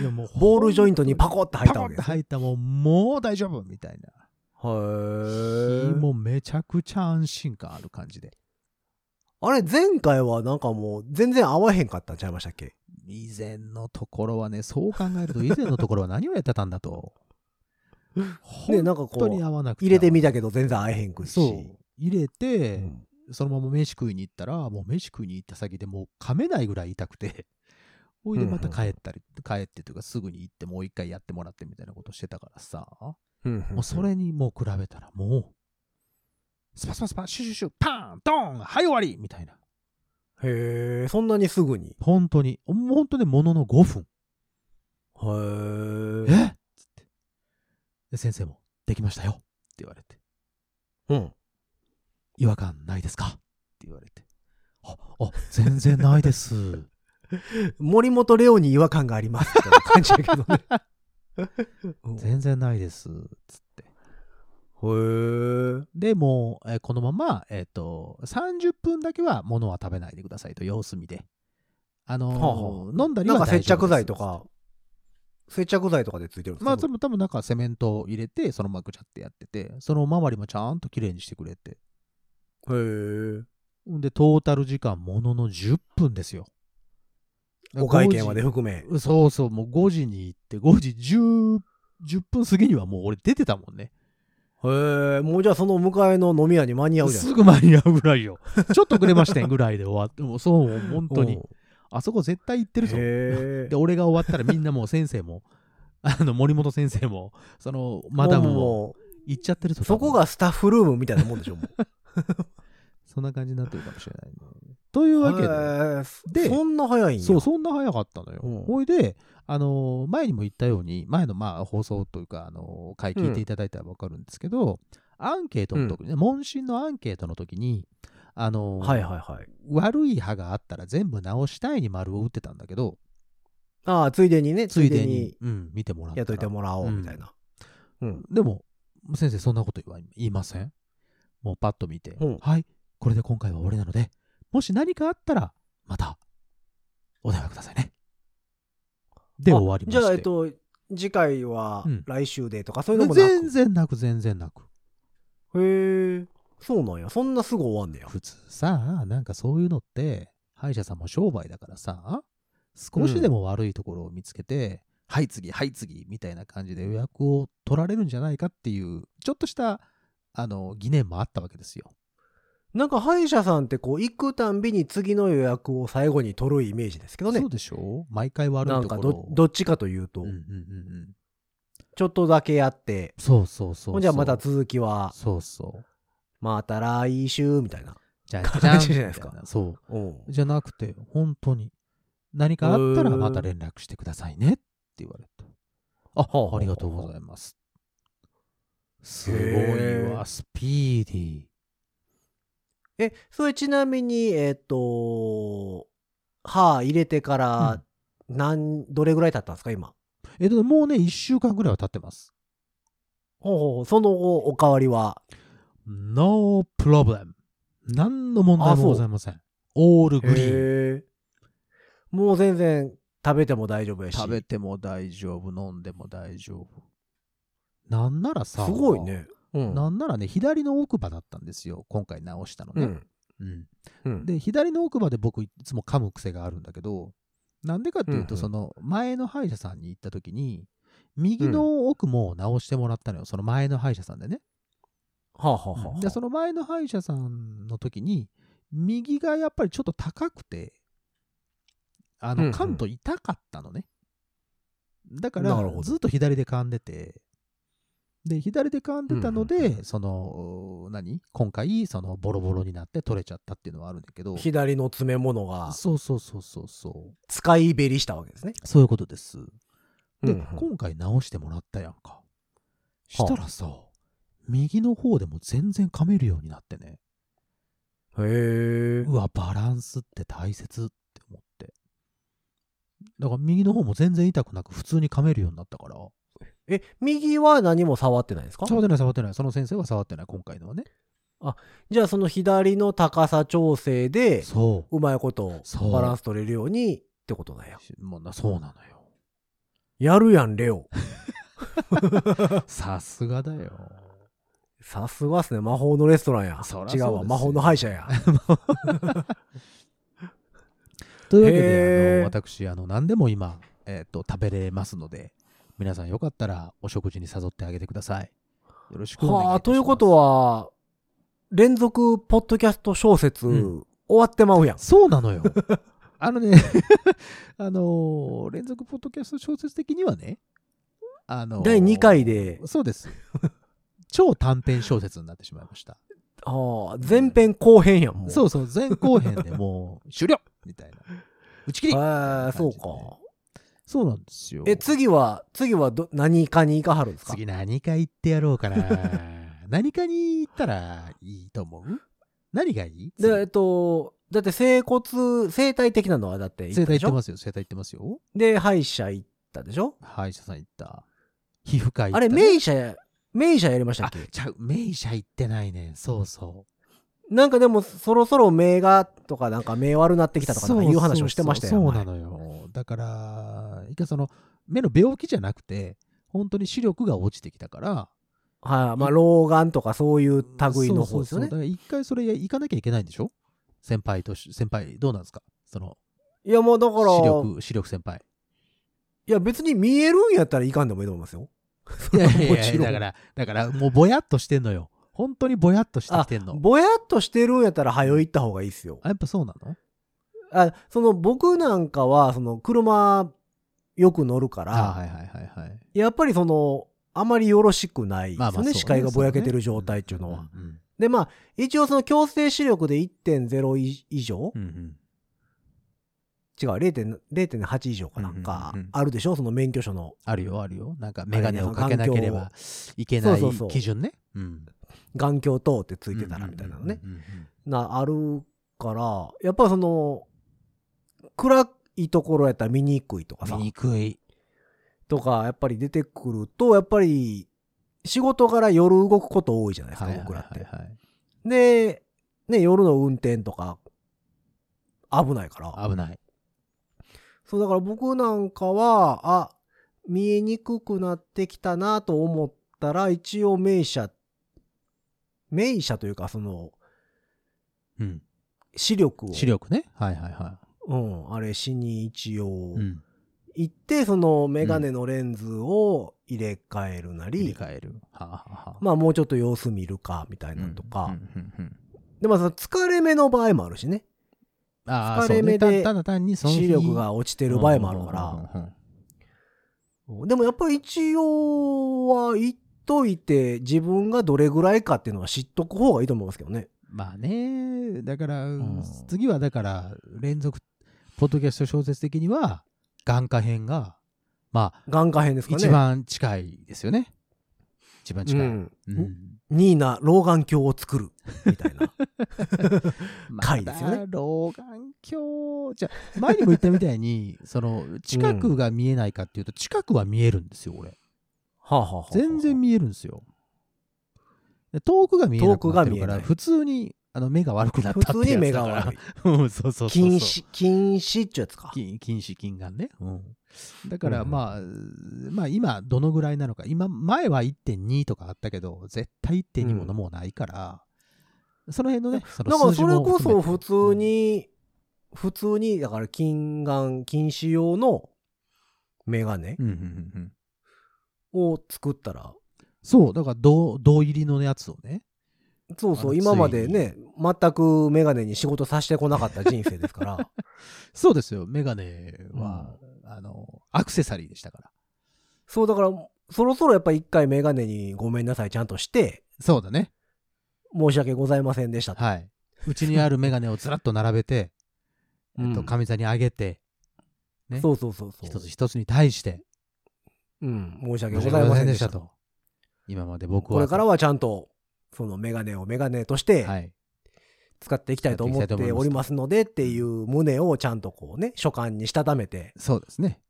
[SPEAKER 3] いやもう
[SPEAKER 2] ボールジョイントにパコッて入った
[SPEAKER 3] パ
[SPEAKER 2] わけ
[SPEAKER 3] コ
[SPEAKER 2] で
[SPEAKER 3] ッて
[SPEAKER 2] す。へ
[SPEAKER 3] 入ったもう、もう大丈夫みたいな。
[SPEAKER 2] ー
[SPEAKER 3] もうめちゃくちゃ安心感ある感じで。
[SPEAKER 2] あれ、前回はなんかもう全然合わへんかったんちゃいましたっけ
[SPEAKER 3] 以前のところはね、そう考えると、以前のところは何をやってたんだと。
[SPEAKER 2] ねなんかこう
[SPEAKER 3] 本当に合わなくて
[SPEAKER 2] 入れてみたけど全然会えへんくし。
[SPEAKER 3] そう入れ
[SPEAKER 2] う
[SPEAKER 3] て、
[SPEAKER 2] ん
[SPEAKER 3] そのまま飯食いに行ったらもう飯食いに行った先でもう噛めないぐらい痛くて おいでまた帰ったり、帰ってというかすぐに行ってもう一回やってもらってみたいなことしてたからさ、
[SPEAKER 2] うん
[SPEAKER 3] もうそれにもう比べたらもうスパスパスパシュシュシュパーンドーンはい終わりみたいな
[SPEAKER 2] へえそんなにすぐに。
[SPEAKER 3] 本当にもう本当にものの5分
[SPEAKER 2] へー
[SPEAKER 3] えっつってで先生も「できましたよ」って言われて
[SPEAKER 2] うん。
[SPEAKER 3] 「違和感ないですか?」って言われて「ああ全然ないです」
[SPEAKER 2] 森本レオに違和感がありますみたいな感じだけど ね。うん
[SPEAKER 3] 全然ないです。つって。
[SPEAKER 2] へえ。
[SPEAKER 3] でもう、えーこのまま、えっ、と、30分だけは物は食べないでくださいと、様子見で。あのー
[SPEAKER 2] はあは
[SPEAKER 3] 飲んだり
[SPEAKER 2] な
[SPEAKER 3] は
[SPEAKER 2] んか接
[SPEAKER 3] 大丈
[SPEAKER 2] 着
[SPEAKER 3] 夫です
[SPEAKER 2] 剤と。か、接着剤とかでついてるんですか
[SPEAKER 3] まあ、多分、多分なんかセメントを入れて、そのままぐちゃってやってて、その周りもちゃんと綺麗にしてくれて。
[SPEAKER 2] へえ。
[SPEAKER 3] んで、トータル時間ものの10分ですよ。
[SPEAKER 2] お会見まで
[SPEAKER 3] 5
[SPEAKER 2] 含め。
[SPEAKER 3] 時そうそう、もう5時に行って、5時 10, 10分過ぎにはもう俺出てたもんね。
[SPEAKER 2] へえ、もうじゃあその向かいの飲み屋に間に合うじゃん。
[SPEAKER 3] すぐ間に合うぐらいよ。ちょっと遅れましたんぐらいで終わって、もうそう、もう本当
[SPEAKER 2] う
[SPEAKER 3] に
[SPEAKER 2] ん。。
[SPEAKER 3] あそこ絶対行ってるぞ。
[SPEAKER 2] へえ
[SPEAKER 3] で、。俺が終わったらみんなもう先生も、 あの、森本先生も、その、マダムも
[SPEAKER 2] も
[SPEAKER 3] 行っちゃってるぞ。
[SPEAKER 2] うそこ
[SPEAKER 3] 多分、
[SPEAKER 2] がスタッフルームみたいなもんでしょ、もう。
[SPEAKER 3] そんな感じになってるかもしれないね。というわけ
[SPEAKER 2] へ
[SPEAKER 3] で、
[SPEAKER 2] え
[SPEAKER 3] で
[SPEAKER 2] そんな早いんや。
[SPEAKER 3] そう、そんな早かったのよ
[SPEAKER 2] うん。
[SPEAKER 3] ほいで、あのー前にも言ったように、前のまあ放送というか、あのー回聞いていただいたらわかるんですけど、アンケートの時ね、問診のアンケートの時に、あのー
[SPEAKER 2] はいはいはい。
[SPEAKER 3] 悪い歯があったら全部直したいに丸を打ってたんだけど、
[SPEAKER 2] ああ、ついでにね、つ
[SPEAKER 3] つ
[SPEAKER 2] い
[SPEAKER 3] い
[SPEAKER 2] で
[SPEAKER 3] で
[SPEAKER 2] に
[SPEAKER 3] に、うん、見てもらったら
[SPEAKER 2] やっといてもらおうみたいな。うん。
[SPEAKER 3] でも、先生そんなこと言わ言いませんもうパッと見て、
[SPEAKER 2] うん
[SPEAKER 3] はい、これで今回は俺なので、もし何かあったら、また、お電話くださいね。で、
[SPEAKER 2] あ
[SPEAKER 3] 終わりまして
[SPEAKER 2] じゃあ、えっと、次回は
[SPEAKER 3] うん
[SPEAKER 2] 来週でとか、そういうのもな
[SPEAKER 3] 全
[SPEAKER 2] く。
[SPEAKER 3] 然なく、全然なく。
[SPEAKER 2] へえ。そうなんや。そんなすぐ終わんねや。
[SPEAKER 3] 普通さ、なんかそういうのって、歯医者さんも商売だからさ、少しでも悪いところを見つけて、はい次、はい次、みたいな感じで予約を取られるんじゃないかっていう、ちょっとした、あの、疑念もあったわけですよ。
[SPEAKER 2] なんか歯医者さんってこう、行くたんびに次の予約を最後に取るイメージですけどね
[SPEAKER 3] そう。でしょ毎回悪い
[SPEAKER 2] なん
[SPEAKER 3] と
[SPEAKER 2] か
[SPEAKER 3] ころ
[SPEAKER 2] ど
[SPEAKER 3] を、
[SPEAKER 2] どっちかというと、
[SPEAKER 3] うんうんうんうん、
[SPEAKER 2] ちょっとだけやって、
[SPEAKER 3] そうそうそうそ
[SPEAKER 2] ほ
[SPEAKER 3] うん
[SPEAKER 2] じゃあまた続きは、
[SPEAKER 3] そうそう
[SPEAKER 2] また来週みたいな。
[SPEAKER 3] じゃ
[SPEAKER 2] 感
[SPEAKER 3] あ
[SPEAKER 2] じ
[SPEAKER 3] じゃ
[SPEAKER 2] じ
[SPEAKER 3] ん
[SPEAKER 2] ゃないですか
[SPEAKER 3] みたなそ
[SPEAKER 2] うん
[SPEAKER 3] うじゃなくて本当に何かあったらまた連絡してくださいねって言われてあ
[SPEAKER 2] あはあ
[SPEAKER 3] ありがとうございますすごい
[SPEAKER 2] へえ
[SPEAKER 3] わスピーディー
[SPEAKER 2] え、それちなみに、えっ、と、歯入れてから、何、どれぐらい経ったんですか、今。
[SPEAKER 3] えっとねもうね1週間ぐらいは経ってます
[SPEAKER 2] ほうほうほうその後、おかわりは。
[SPEAKER 3] No problem 何の問題
[SPEAKER 2] あそう
[SPEAKER 3] もございませんオールグリーン
[SPEAKER 2] へえ。もう全然、食べても大丈夫やし。
[SPEAKER 3] 食べても大丈夫飲んでも大丈夫なんなら
[SPEAKER 2] す
[SPEAKER 3] さ
[SPEAKER 2] ごいね。うん。
[SPEAKER 3] なんならね左の奥歯だったんですよ今回直したの
[SPEAKER 2] う
[SPEAKER 3] ね、
[SPEAKER 2] ん。
[SPEAKER 3] うん
[SPEAKER 2] うん、
[SPEAKER 3] で左の奥歯で僕いつも噛む癖があるんだけどなんでかっていう
[SPEAKER 2] うんう
[SPEAKER 3] と
[SPEAKER 2] ん
[SPEAKER 3] その前の歯医者さんに行った時に右の奥も直してもらったのよその前の歯医者さんでね、
[SPEAKER 2] はあ、はあはあはあ
[SPEAKER 3] でその前の歯医者さんの時に右がやっぱりちょっと高くてあ
[SPEAKER 2] うんう
[SPEAKER 3] の
[SPEAKER 2] ん
[SPEAKER 3] 噛むと痛かったのね、だか
[SPEAKER 2] なる
[SPEAKER 3] ら
[SPEAKER 2] ほど
[SPEAKER 3] ずっと左で噛んでてで左で噛んでたので、
[SPEAKER 2] うんうんう
[SPEAKER 3] その何今回そのボロボロになって取れちゃったっていうのはあるんだけど
[SPEAKER 2] 左の詰め物が、
[SPEAKER 3] そうそうそうそうそう
[SPEAKER 2] 使いべりしたわけですね。
[SPEAKER 3] そういうことです
[SPEAKER 2] うん
[SPEAKER 3] で、
[SPEAKER 2] うん
[SPEAKER 3] 今回直してもらったやんかしたらさ右の方でも全然噛めるようになってね
[SPEAKER 2] へえ。
[SPEAKER 3] うわ、バランスって大切って思って。だから右の方も全然痛くなく普通に噛めるようになったから。
[SPEAKER 2] え、右は何も触ってないんですか
[SPEAKER 3] 触ってない触ってない。その先生は触ってない、今回のはね。
[SPEAKER 2] じゃあその左の高さ調整で、
[SPEAKER 3] そう
[SPEAKER 2] まいこと
[SPEAKER 3] そう
[SPEAKER 2] バランス取れるようにってことなんや。。
[SPEAKER 3] もうなそうなのよ。
[SPEAKER 2] やるやん、レオ。
[SPEAKER 3] さすがだよ。
[SPEAKER 2] さすがっすね。魔法のレストランや。
[SPEAKER 3] そらそう
[SPEAKER 2] 違
[SPEAKER 3] ですよ
[SPEAKER 2] うわ。魔法の歯医者や。
[SPEAKER 3] というわけ
[SPEAKER 2] へー
[SPEAKER 3] で、あの私あの、何でも今、えっと食べれますので、皆さんよかったらお食事に誘ってあげてください。よろしくお願いいた
[SPEAKER 2] は
[SPEAKER 3] しま
[SPEAKER 2] あ、
[SPEAKER 3] す。
[SPEAKER 2] ということは、連続ポッドキャスト小説、
[SPEAKER 3] うん
[SPEAKER 2] 終わってまうやん。
[SPEAKER 3] そうな のよ。あのね、 あのー連続ポッドキャスト小説的にはね、あのー
[SPEAKER 2] 第2回で、
[SPEAKER 3] そうです。超短編小説になってしまいました。
[SPEAKER 2] はあ、前編後編やん、もう。
[SPEAKER 3] そうそう、前後編でもう終了みたいな。打ち切り
[SPEAKER 2] へえそう
[SPEAKER 3] みたいな感
[SPEAKER 2] か。
[SPEAKER 3] そうなんですよ。
[SPEAKER 2] え、次は、次はど何かに行かはるんですか
[SPEAKER 3] 次何か言ってやろ うかな。何かに行ったらいいと思う何がいい
[SPEAKER 2] で、えっと、だって、整骨、整体的なのはだって行
[SPEAKER 3] 生
[SPEAKER 2] ったで
[SPEAKER 3] 体
[SPEAKER 2] し
[SPEAKER 3] 行って
[SPEAKER 2] ょ
[SPEAKER 3] ますよ、生体行ってますよ。
[SPEAKER 2] で、歯医者行ったでしょ
[SPEAKER 3] 歯医者さん行った。皮膚科行った、
[SPEAKER 2] あれ、
[SPEAKER 3] イ
[SPEAKER 2] 名医者、名医者やりましたっ
[SPEAKER 3] あ
[SPEAKER 2] け、
[SPEAKER 3] ちゃう、名医者行ってないね。そうそう。
[SPEAKER 2] なんかでも、そろそろ目が、とか、なんか目悪なってきたとか、なんかいう話をしてましたよ。
[SPEAKER 3] そうそうそうそうなのよ。だから、いかその、目の病気じゃなくて、本当に視力が落ちてきたから、
[SPEAKER 2] はい、まあ、老眼とかそういう類の方ですよ
[SPEAKER 3] そうそうそう
[SPEAKER 2] ね
[SPEAKER 3] だか。ら一回それ行かなきゃいけないんでしょ先輩とし、先輩、どうなんですかその、
[SPEAKER 2] いや、もうだから、
[SPEAKER 3] 視力、視力先輩。
[SPEAKER 2] いや、別に見えるんやったらいかんでもいいと思いますよ。
[SPEAKER 3] いやいやい
[SPEAKER 2] も
[SPEAKER 3] や
[SPEAKER 2] ちろん
[SPEAKER 3] だから、だから、もうぼやっとしてんのよ。本当にぼやっとしてきてんの。
[SPEAKER 2] ぼやっとしてるんやったら、早い行った方がいいですよ。
[SPEAKER 3] あやっぱそうなの
[SPEAKER 2] あ、その、僕なんかは、その、車、よく乗るか
[SPEAKER 3] あ
[SPEAKER 2] ら、
[SPEAKER 3] はいはいはいはい。
[SPEAKER 2] やっぱりその、あまりよろしくないですよね、
[SPEAKER 3] そうね
[SPEAKER 2] 視界がぼやけてる状態っていうのは。。
[SPEAKER 3] そうね
[SPEAKER 2] で、まあ、一応その強制視力で1.0以以上、
[SPEAKER 3] うんうんうん
[SPEAKER 2] 違う、0.0 0.8以上かなんか
[SPEAKER 3] うんうんうん、
[SPEAKER 2] あるでしょその免許証の
[SPEAKER 3] あるよあるよ。なんか、メガネをかけなければいけな
[SPEAKER 2] そう
[SPEAKER 3] い
[SPEAKER 2] そうそう
[SPEAKER 3] 基準ね。うん。
[SPEAKER 2] 眼鏡等ってつ
[SPEAKER 3] つ
[SPEAKER 2] いてたらみたいなのね。。
[SPEAKER 3] うんうんうん
[SPEAKER 2] な、あるから、やっぱその、暗いところやったら見にくいとかさ
[SPEAKER 3] 見、にくい。
[SPEAKER 2] とか、やっぱり出てくると、やっぱり、仕事から夜動くこと多いじゃないですか、僕らって。
[SPEAKER 3] はいはい
[SPEAKER 2] で、ね、夜の運転とか、危ないから。
[SPEAKER 3] はい危ない。
[SPEAKER 2] そう、だから僕なんかは、あ、見えにくくなってきたなと思ったら、一応名医者、名医者というか、その、
[SPEAKER 3] うん。
[SPEAKER 2] 視力を、
[SPEAKER 3] 視力ね。はいはいは
[SPEAKER 2] うん、あれしに一応
[SPEAKER 3] い。うん。
[SPEAKER 2] 行って、そのメガネのレンズを入れ替えるな
[SPEAKER 3] 入れ
[SPEAKER 2] り、
[SPEAKER 3] 替える。はあ、はあはあ、
[SPEAKER 2] まあもうちょっと様子見るか、みたいなのとか、
[SPEAKER 3] うんうんうんうん
[SPEAKER 2] で、まあその疲れ目の場合もあるしね、
[SPEAKER 3] ああ
[SPEAKER 2] 疲れ目
[SPEAKER 3] そうね
[SPEAKER 2] で
[SPEAKER 3] たただ単にその日
[SPEAKER 2] 視力が落ちてる場合もあるから、
[SPEAKER 3] うんうんうんうん
[SPEAKER 2] でもやっぱり一応は言っといて自分がどれぐらいかっていうのは知っとく方がいいと思いますけどね。
[SPEAKER 3] まあね、だから、
[SPEAKER 2] ん
[SPEAKER 3] 次はだから、連続、ポッドキャスト小説的には、眼科編が、まあ、
[SPEAKER 2] 眼科編ですかね。
[SPEAKER 3] 一番近いですよね。一番近い。
[SPEAKER 2] うん
[SPEAKER 3] うん
[SPEAKER 2] ニーナ老眼鏡を作るみたい な。
[SPEAKER 3] ま
[SPEAKER 2] 回ですよね
[SPEAKER 3] だ老眼鏡じゃあ前にも言ったみたいに その近くが見えないかっていうと近くは見えるんですよ俺
[SPEAKER 2] はあはあはあ
[SPEAKER 3] 全然見えるんですよで遠くが見えなくなって
[SPEAKER 2] 遠くが
[SPEAKER 3] るか
[SPEAKER 2] 見え
[SPEAKER 3] ら
[SPEAKER 2] ない
[SPEAKER 3] 普通にあの目が悪くなったって
[SPEAKER 2] 普通に
[SPEAKER 3] や
[SPEAKER 2] 目
[SPEAKER 3] つだ
[SPEAKER 2] が
[SPEAKER 3] から
[SPEAKER 2] 悪い。
[SPEAKER 3] うんそうそうそうそう
[SPEAKER 2] 近視、近視っちゅうやつか。
[SPEAKER 3] 近近視近眼ね、うん、だから
[SPEAKER 2] うん
[SPEAKER 3] まあ、まあ今どのぐらいなのか今前は1.2とかあったけど絶対1.2ものもうないから、その辺のねその
[SPEAKER 2] だから
[SPEAKER 3] 数字
[SPEAKER 2] それ
[SPEAKER 3] も
[SPEAKER 2] こ
[SPEAKER 3] 含
[SPEAKER 2] そ
[SPEAKER 3] め
[SPEAKER 2] 普
[SPEAKER 3] て
[SPEAKER 2] 通に、普通に、だから近眼、近視用のメガネ
[SPEAKER 3] うんうんうんうん
[SPEAKER 2] を作ったら、
[SPEAKER 3] そう、だから銅、銅入りのやつをね。
[SPEAKER 2] そうそ
[SPEAKER 3] あの
[SPEAKER 2] う、今までね、全くメガネに仕事させてこなかった人生です から。
[SPEAKER 3] そうですよ、メガネは、あの、アクセサリーでしたから。
[SPEAKER 2] そう、だから、そろそろやっぱ一回メガネにごめんなさいちゃんとして、
[SPEAKER 3] そうだね。
[SPEAKER 2] 申し訳ございませんでしたと。
[SPEAKER 3] はい。うちにあるメガネをずらっと並べて、
[SPEAKER 2] うん
[SPEAKER 3] えっと、上座に上げて、ね
[SPEAKER 2] そうそうそうそう。
[SPEAKER 3] 一つ一つに対して、
[SPEAKER 2] うん、申し訳ご
[SPEAKER 3] 申し訳
[SPEAKER 2] ざいませんでした
[SPEAKER 3] ござい
[SPEAKER 2] と。
[SPEAKER 3] ません。今まで僕は。
[SPEAKER 2] これからはちゃんと、そのメガネをメガネとし
[SPEAKER 3] と、
[SPEAKER 2] て
[SPEAKER 3] はい。
[SPEAKER 2] 使っていきたいと思っておりますのでっていう旨をちゃんとこうね、書簡にしたためて、
[SPEAKER 3] そうですね。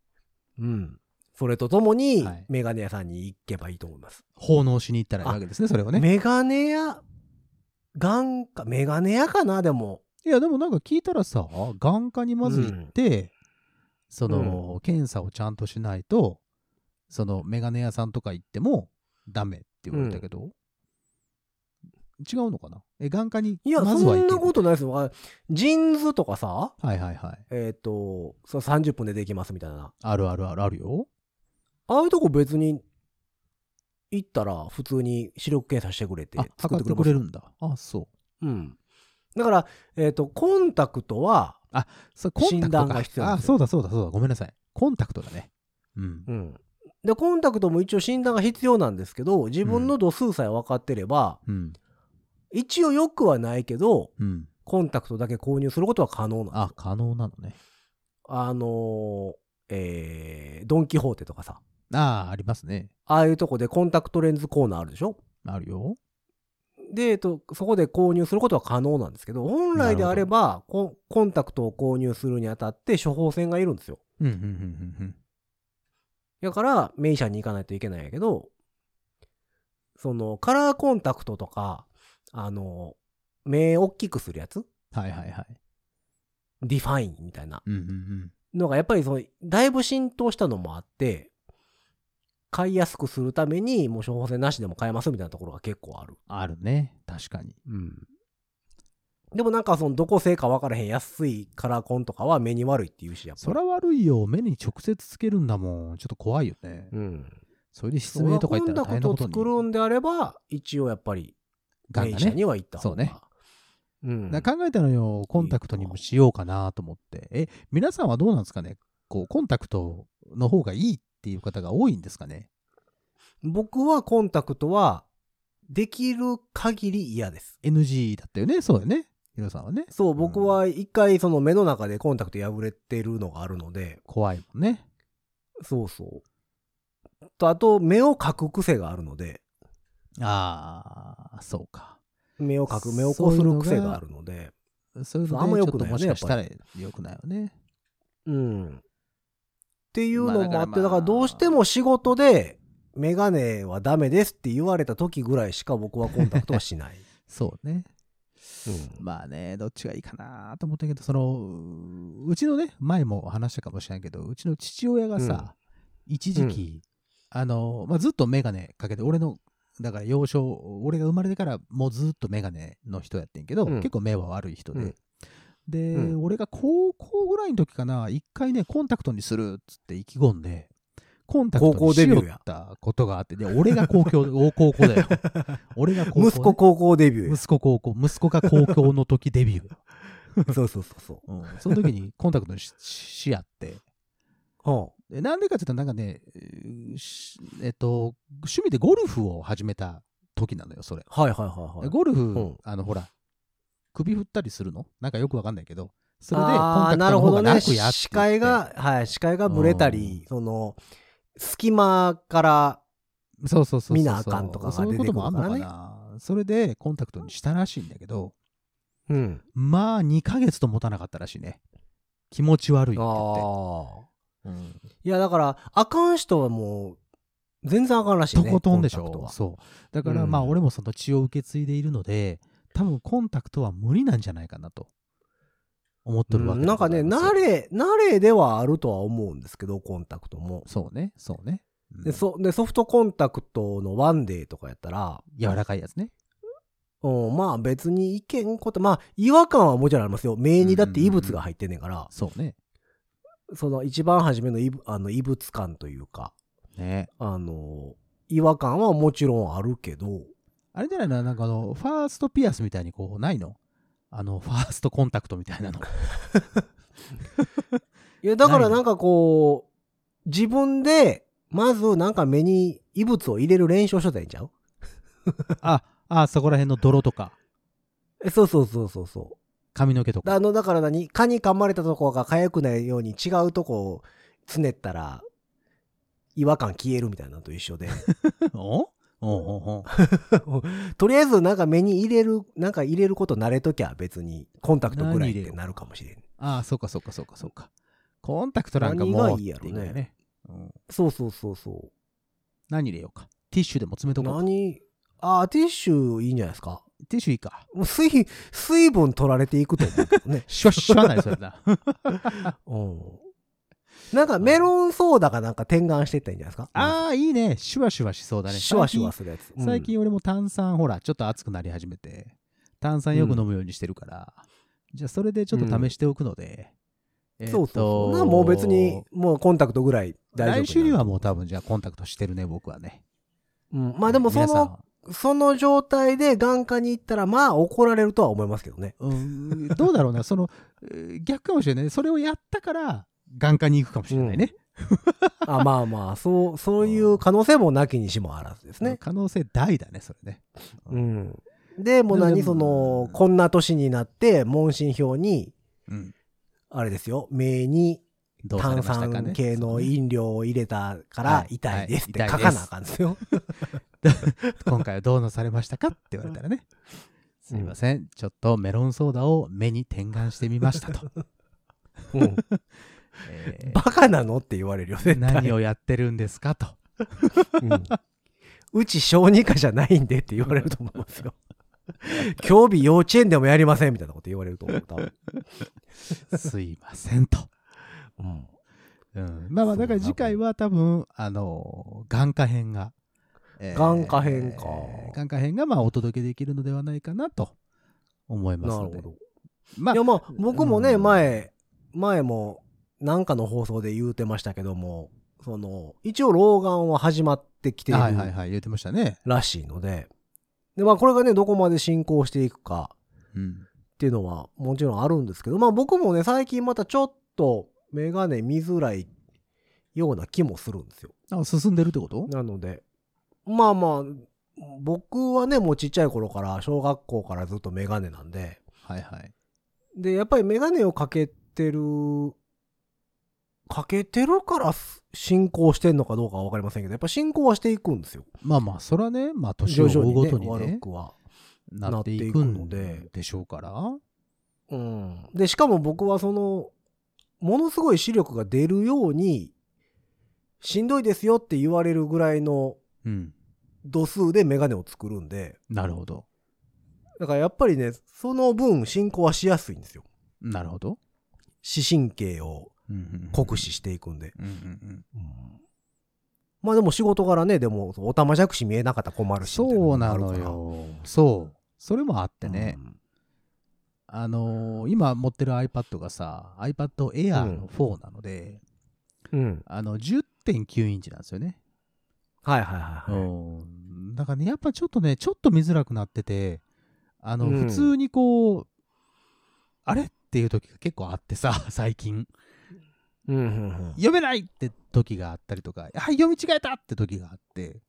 [SPEAKER 2] うん。それとともに
[SPEAKER 3] はい、
[SPEAKER 2] メガネ屋さんに行けばいいと思います。
[SPEAKER 3] 奉納しに行ったらいいわけですね、それをね。
[SPEAKER 2] メガネ屋、眼科、メガネ屋かな、でも。
[SPEAKER 3] いや、でもなんか聞いたらさ、眼科にまず行って、その、検査をちゃんとしないと、その、メガネ屋さんとか行っても、ダメって言われたけど、違うのかなえ、眼科に、
[SPEAKER 2] いや、
[SPEAKER 3] まず
[SPEAKER 2] そ
[SPEAKER 3] は行
[SPEAKER 2] ん
[SPEAKER 3] け
[SPEAKER 2] なことないですよ。あジーンズとかさ、
[SPEAKER 3] はいはいはい。
[SPEAKER 2] えっ、と、そう30分でできますみたいな。
[SPEAKER 3] あるあるあるあるよ。
[SPEAKER 2] ああいうとこ別に行ったら普通に視力検査してくれて
[SPEAKER 3] あ、
[SPEAKER 2] 作
[SPEAKER 3] 測
[SPEAKER 2] っ
[SPEAKER 3] っ
[SPEAKER 2] くれ
[SPEAKER 3] ててく
[SPEAKER 2] ます
[SPEAKER 3] れるんだ。あ、そう。
[SPEAKER 2] うん。だから、えっ、と、コンタクトは、
[SPEAKER 3] それコンタクト
[SPEAKER 2] 診断が
[SPEAKER 3] か
[SPEAKER 2] 必要なん
[SPEAKER 3] あ、
[SPEAKER 2] ですよ
[SPEAKER 3] そうだそうだそうだ。ごめんなさい。コンタクトだね。うん
[SPEAKER 2] う。ん。で、コンタクトも一応診断が必要なんですけど、自分の度数さえ分かってれば、
[SPEAKER 3] うん。
[SPEAKER 2] 一応良くはないけど、
[SPEAKER 3] うん。
[SPEAKER 2] コンタクトだけ購入することは可能なの。
[SPEAKER 3] あ、可能なのね。
[SPEAKER 2] あのーえードン・キホーテとかさ、
[SPEAKER 3] ああ、ありますね。
[SPEAKER 2] ああいうとこでコンタクトレンズコーナーあるでしょ
[SPEAKER 3] あるよ。
[SPEAKER 2] で、えっと、そこで購入することは可能なんですけど、本来であれば、ココンタクトを購入するにあたって処方箋がいるんですよ。
[SPEAKER 3] うん、うん、うん、うん
[SPEAKER 2] だから、名医者に行かないといけないんやけど、その、カラーコンタクトとか、あの、目大きくするやつ
[SPEAKER 3] うん。はいはいはい。
[SPEAKER 2] ディファインみたいな
[SPEAKER 3] うん、うん、うん。
[SPEAKER 2] のが、やっぱりその、だいぶ浸透したのもあって、買いやすくするために、もう処方箋なしでも買えますみたいなところが結構ある。
[SPEAKER 3] あるね。確かに。
[SPEAKER 2] うん。でもなんか、その、どこ製か分からへん安いカラーコンとかは目に悪いって言うし、やっぱ
[SPEAKER 3] そら悪いよ。目に直接つけるんだもん。ちょっと怖いよね。
[SPEAKER 2] うん。
[SPEAKER 3] それで失明とか言ったら大変な
[SPEAKER 2] コ
[SPEAKER 3] こと
[SPEAKER 2] ンタクトを作る
[SPEAKER 3] に。
[SPEAKER 2] んであれば、一応やっぱり、
[SPEAKER 3] がん
[SPEAKER 2] 名
[SPEAKER 3] が
[SPEAKER 2] 医者
[SPEAKER 3] ね
[SPEAKER 2] に。は行った方が。
[SPEAKER 3] そうね。
[SPEAKER 2] うん。
[SPEAKER 3] だから考えたのよ。コンタクトにもしようかなと思って。え、皆さんはどうなんですかねこう、コンタクトの方がいいっていう方が多いんですかね
[SPEAKER 2] 僕はコンタクトはできる限り嫌です。
[SPEAKER 3] ?NG だったよね。そうよね。ヒロさんはね。
[SPEAKER 2] そう、僕は一回その目の中でコンタクト破れてるのがあるので、
[SPEAKER 3] 怖いもんね。
[SPEAKER 2] そうそう。と、あと、目を描く癖があるので、
[SPEAKER 3] ああ、そうか。
[SPEAKER 2] 目を描く、目をこする癖があるので、
[SPEAKER 3] そういうの、ね、
[SPEAKER 2] あんま良
[SPEAKER 3] ちょ
[SPEAKER 2] く
[SPEAKER 3] っと
[SPEAKER 2] ないよ
[SPEAKER 3] も
[SPEAKER 2] ね
[SPEAKER 3] しかしたら良くないよね。
[SPEAKER 2] うん。っていうのもあっ
[SPEAKER 3] まあだか
[SPEAKER 2] て、
[SPEAKER 3] らまあ
[SPEAKER 2] だからどうしても仕事で、メガネはダメですって言われた時ぐらいしか僕はコンタクトはしない。
[SPEAKER 3] そうね。
[SPEAKER 2] うん
[SPEAKER 3] まあね、どっちがいいかなと思ったけど、その、ううちのね、前も話したかもしれないけど、うちの父親がさ、一時期、あの、まあ、ずっとメガネかけて、俺の、だから幼少、俺が生まれてからもうずっとメガネの人やってんけど、
[SPEAKER 2] うん
[SPEAKER 3] 結構目は悪い人で。
[SPEAKER 2] うん
[SPEAKER 3] で、
[SPEAKER 2] うん
[SPEAKER 3] 俺が高校ぐらいの時かな、一回ね、コンタクトにするっつって意気込んで、コンタクト
[SPEAKER 2] 高校
[SPEAKER 3] に
[SPEAKER 2] デ
[SPEAKER 3] し
[SPEAKER 2] ビュ
[SPEAKER 3] よ
[SPEAKER 2] ーや
[SPEAKER 3] ったことがあって、で、俺が高校、 高校だよ。俺が高校ね、
[SPEAKER 2] 息子高校デビュー
[SPEAKER 3] 息子高校、息子が高校の時デビュー。
[SPEAKER 2] や。そうそうそう そう。
[SPEAKER 3] うん、その時にコンタクトにしし合って。
[SPEAKER 2] は
[SPEAKER 3] でなんでかって言ったらなんかね、えーしえっと、趣味でゴルフを始めた時なのよ、それ。
[SPEAKER 2] あはいはいはいはい。
[SPEAKER 3] ゴルフ、
[SPEAKER 2] ん
[SPEAKER 3] あの、ほら、首振ったりするのなんかよくわかんないけど、それでコン
[SPEAKER 2] あー
[SPEAKER 3] タクトの方が
[SPEAKER 2] なる
[SPEAKER 3] 楽
[SPEAKER 2] ほど
[SPEAKER 3] や
[SPEAKER 2] ね。
[SPEAKER 3] って
[SPEAKER 2] 視
[SPEAKER 3] 言って
[SPEAKER 2] 界が、はい、視界がブレたり、その、隙間から、
[SPEAKER 3] そうそうそうそう。
[SPEAKER 2] 見なあかんとかが
[SPEAKER 3] そういうこともあんのか
[SPEAKER 2] 出てくる
[SPEAKER 3] な。それでコンタクトにしたらしいんだけど、
[SPEAKER 2] うん。
[SPEAKER 3] まあ2ヶ月と持たなかったらしいね。気持ち悪いって言って。
[SPEAKER 2] ああ。
[SPEAKER 3] うん
[SPEAKER 2] いや、だから、あかん人はもう、全然あかんらしいね。
[SPEAKER 3] とことんでし
[SPEAKER 2] コンタクト
[SPEAKER 3] ょ
[SPEAKER 2] は
[SPEAKER 3] そうだから
[SPEAKER 2] うん
[SPEAKER 3] まあ俺もその血を受け継いでいるので多分コンタクトは無理なんじゃないかなと思っとるわ
[SPEAKER 2] う
[SPEAKER 3] け
[SPEAKER 2] ん
[SPEAKER 3] で
[SPEAKER 2] なん
[SPEAKER 3] ご
[SPEAKER 2] か
[SPEAKER 3] ざ
[SPEAKER 2] ね、
[SPEAKER 3] います
[SPEAKER 2] 慣れ、慣れではあるとは思うんですけど、コンタクトも。
[SPEAKER 3] そうねそうね、うん
[SPEAKER 2] でそでソフトコンタクトのワンデーとかやったら、
[SPEAKER 3] 柔らかいやつね
[SPEAKER 2] うん、まあ別にいけんこと、まあ違和感はもちろんありますよ。目にだって異物が入ってんねんから、
[SPEAKER 3] そうね
[SPEAKER 2] その一番初めの異物あの異物感というか、
[SPEAKER 3] ね
[SPEAKER 2] あの、違和感はもちろんあるけど、
[SPEAKER 3] あれじゃないななんかあのファーストピアスみたいにこうないのあのファーストコンタクトみたいなの
[SPEAKER 2] いや、だから
[SPEAKER 3] ないの
[SPEAKER 2] なんかこう、自分で、まずなんか目に異物を入れる練習をしとったらいいんちゃう
[SPEAKER 3] ああそこら辺の泥とか
[SPEAKER 2] えそうそうそうそうそ
[SPEAKER 3] 髪の毛と
[SPEAKER 2] う。
[SPEAKER 3] か
[SPEAKER 2] あの、だから何蚊に噛まれたとこが痒くないように違うとこをつねったら、違和感消えるみたいなのと一緒 で。
[SPEAKER 3] おおんおんおん
[SPEAKER 2] とりあえずなんか目に入れる、なんか入れること慣れときゃ別にコンタクトぐらいってなるかもしれん。
[SPEAKER 3] ああそうかそうかそうかそうかコンタクトなんかもう
[SPEAKER 2] 何がいいやろね
[SPEAKER 3] ってうね、うん、
[SPEAKER 2] そうそうそうそう。
[SPEAKER 3] 何入れようかティッシュでも詰めとこうか
[SPEAKER 2] 何あーティッシュいいんじゃないですか
[SPEAKER 3] ティッシュいいか。、
[SPEAKER 2] もう水水分取られていくと思うけどね
[SPEAKER 3] シュワッシュワないそれな。
[SPEAKER 2] うん、なんかメロンソーダかなんか転換していったらいいんじゃないですか
[SPEAKER 3] ああ、いいね。シュワシュワしそうだね。
[SPEAKER 2] シュワシュワするやつ、
[SPEAKER 3] 最近。最近俺も炭酸、ほら、ちょっと熱くなり始めて、炭酸よく飲むようにしてるから、じゃあそれでちょっと試しておくので、えーっ
[SPEAKER 2] そう
[SPEAKER 3] と
[SPEAKER 2] そうそう。なもう別に、もうコンタクトぐらい大丈夫。
[SPEAKER 3] 来週にはもう多分じゃあコンタクトしてるね、僕はね。
[SPEAKER 2] うん。まあでもそ
[SPEAKER 3] 皆さ
[SPEAKER 2] の、
[SPEAKER 3] ん
[SPEAKER 2] その状態で眼科に行ったら、まあ怒られるとは思いますけどね。
[SPEAKER 3] うん、どうだろうな、その、えー逆かもしれない。それをやったから、眼科に行くかもしれないね。
[SPEAKER 2] あまあまあ、そう、そういう可能性もなきにしもあらずですね。
[SPEAKER 3] 可能性大だね、それね。う
[SPEAKER 2] うんん。で、もう
[SPEAKER 3] で
[SPEAKER 2] 何、
[SPEAKER 3] も
[SPEAKER 2] その、こんな年になって、問診票に、
[SPEAKER 3] うん。
[SPEAKER 2] あれですよ、目に
[SPEAKER 3] どうさ
[SPEAKER 2] 炭
[SPEAKER 3] れましたか
[SPEAKER 2] 酸
[SPEAKER 3] ね。
[SPEAKER 2] 系の飲料を入れたから
[SPEAKER 3] はい
[SPEAKER 2] 痛いですって
[SPEAKER 3] は
[SPEAKER 2] 書
[SPEAKER 3] い
[SPEAKER 2] かなあかんですよ。
[SPEAKER 3] 今回はどうなされましたかって言われたらね。すいません。ちょっとメロンソーダを目に転換してみまし たと。
[SPEAKER 2] うん
[SPEAKER 3] えー
[SPEAKER 2] バカなのって言われるよ、絶対。
[SPEAKER 3] 何をやってるんですかと。
[SPEAKER 2] うんうち小児科じゃないんでって言われると思います よ。競技幼稚園でもやりませんみたいなこと言われると思う、多分。
[SPEAKER 3] すいませんと。
[SPEAKER 2] うん
[SPEAKER 3] うん、まあまあ、だから次回は多分、あの、眼科編が。えー
[SPEAKER 2] 眼科編か
[SPEAKER 3] 眼科編が、まあ、お届けできるのではないかなと思いま
[SPEAKER 2] な
[SPEAKER 3] す
[SPEAKER 2] る
[SPEAKER 3] の
[SPEAKER 2] ほ
[SPEAKER 3] で。
[SPEAKER 2] ど。
[SPEAKER 3] まあ
[SPEAKER 2] いや、まあ、僕もね、
[SPEAKER 3] うん
[SPEAKER 2] 前、前も、なんかの放送で言うてましたけども、その、一応老眼は始まってきている
[SPEAKER 3] はいはいはい、言ってましたね。
[SPEAKER 2] らしいので、で、まあ、これがね、どこまで進行していくか、
[SPEAKER 3] うん。
[SPEAKER 2] っていうのはもちろんあるんですけど、まあ僕もね、最近またちょっとメガネ見づらいような気もするんですよ。
[SPEAKER 3] あ進んでるってこと
[SPEAKER 2] なので、まあまあ、僕はね、もうちっちゃい頃から、小学校からずっとメガネなんで、
[SPEAKER 3] はいはい。
[SPEAKER 2] で、やっぱりメガネをかけてる、かけてるから進行してんのかどうかはわかりませんけど、やっぱ進行はしていくんですよ。
[SPEAKER 3] まあまあ、それはね、まあ、年を
[SPEAKER 2] 徐
[SPEAKER 3] 追
[SPEAKER 2] 々
[SPEAKER 3] う
[SPEAKER 2] に
[SPEAKER 3] ご
[SPEAKER 2] ね、
[SPEAKER 3] とに
[SPEAKER 2] 悪
[SPEAKER 3] ね、
[SPEAKER 2] くは。
[SPEAKER 3] なってい
[SPEAKER 2] な
[SPEAKER 3] く
[SPEAKER 2] っていくの
[SPEAKER 3] ん
[SPEAKER 2] で
[SPEAKER 3] でしょうから。
[SPEAKER 2] うん。で、しかも僕はその、ものすごい視力が出るように、しんどいですよって言われるぐらいの
[SPEAKER 3] うん。
[SPEAKER 2] 度数でメガネを作るんで、
[SPEAKER 3] なるほど。
[SPEAKER 2] だからやっぱりね、その分進行はしやすいんですよ。
[SPEAKER 3] なるほど。
[SPEAKER 2] 視神経を
[SPEAKER 3] うんうん
[SPEAKER 2] 酷使していくんで。
[SPEAKER 3] うんうん
[SPEAKER 2] まあでも仕事柄ね、でも、おたまじゃくし見えなかったら困
[SPEAKER 3] う
[SPEAKER 2] る
[SPEAKER 3] ん。
[SPEAKER 2] しみたい
[SPEAKER 3] そう
[SPEAKER 2] が
[SPEAKER 3] な
[SPEAKER 2] あるから
[SPEAKER 3] の。よ。そう。それもあってね。
[SPEAKER 2] うん
[SPEAKER 3] あのー今持ってる iPad がさ iPad Air の4なので、
[SPEAKER 2] うん。
[SPEAKER 3] あの10.9インチなんですよね、
[SPEAKER 2] はいはいはいはい。
[SPEAKER 3] うんだからねやっぱちょっとねちょっと見づらくなっててあの、
[SPEAKER 2] うん
[SPEAKER 3] 普通にこうあれっていう時が結構あってさ最近
[SPEAKER 2] うんうん
[SPEAKER 3] 読めないって時があったりとかあ読み違えたって時があって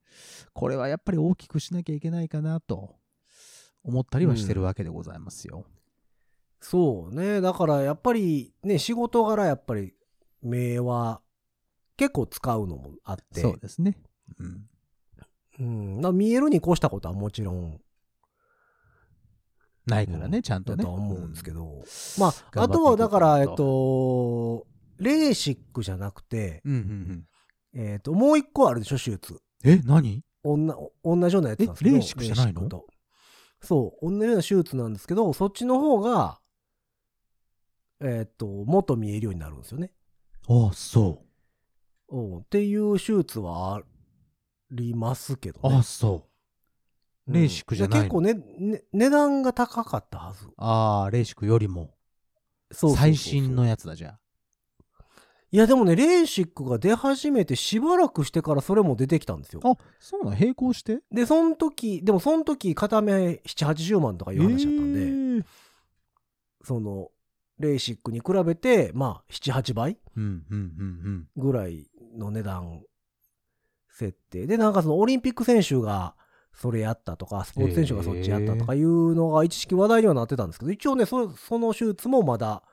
[SPEAKER 3] これはやっぱり大きくしなきゃいけないかなと思ったりはしてるわけでございますよ、
[SPEAKER 2] そうね。だからやっぱりね、仕事柄やっぱり目は結構使うのもあって。
[SPEAKER 3] そうですね、うん、
[SPEAKER 2] うん。だから見えるに越したことはもちろん
[SPEAKER 3] ないからね、ちゃんと
[SPEAKER 2] だ
[SPEAKER 3] ね
[SPEAKER 2] とは思うんですけ
[SPEAKER 3] ど
[SPEAKER 2] ど。まあ、あ
[SPEAKER 3] 頑張ってい
[SPEAKER 2] と
[SPEAKER 3] こ
[SPEAKER 2] は
[SPEAKER 3] うかな
[SPEAKER 2] だから、えっと、レーシックじゃなくて、
[SPEAKER 3] うんうんうん。
[SPEAKER 2] えっと、もう一個あるでしょ、手術。
[SPEAKER 3] え、何
[SPEAKER 2] おんな同じようなやつなんですけど。
[SPEAKER 3] えレーシックじゃないの
[SPEAKER 2] レーシックとそう、同じような手術なんですけど、そっちの方が、えっと、もっと見えるようになるんですよね。
[SPEAKER 3] ああ、そ
[SPEAKER 2] うんっていう手術はありますけど
[SPEAKER 3] う。
[SPEAKER 2] ね。
[SPEAKER 3] ああ、そう。
[SPEAKER 2] うん
[SPEAKER 3] レーシックじゃないの
[SPEAKER 2] 結構ねね、値段が高かったはず。
[SPEAKER 3] ああ、レーシックよりも、
[SPEAKER 2] そうそうそうそう
[SPEAKER 3] 最新のやつだじゃあ。
[SPEAKER 2] いやでもね、レーシックが出始めてしばらくしてからそれも出てきたんですよ。
[SPEAKER 3] あ、そうなの並行して
[SPEAKER 2] で、その時、でもその時、片目7、80万とかいう話だったんで、
[SPEAKER 3] えー
[SPEAKER 2] その、レーシックに比べて、まあ、7、8倍
[SPEAKER 3] うんうんうん
[SPEAKER 2] ぐらいの値段設定でなんかそのオリンピック選手がそれやったとかスポーツ選手がそっちやったとかいうのが一時期話題にはなってたんですけど一応ねそその手術もまだ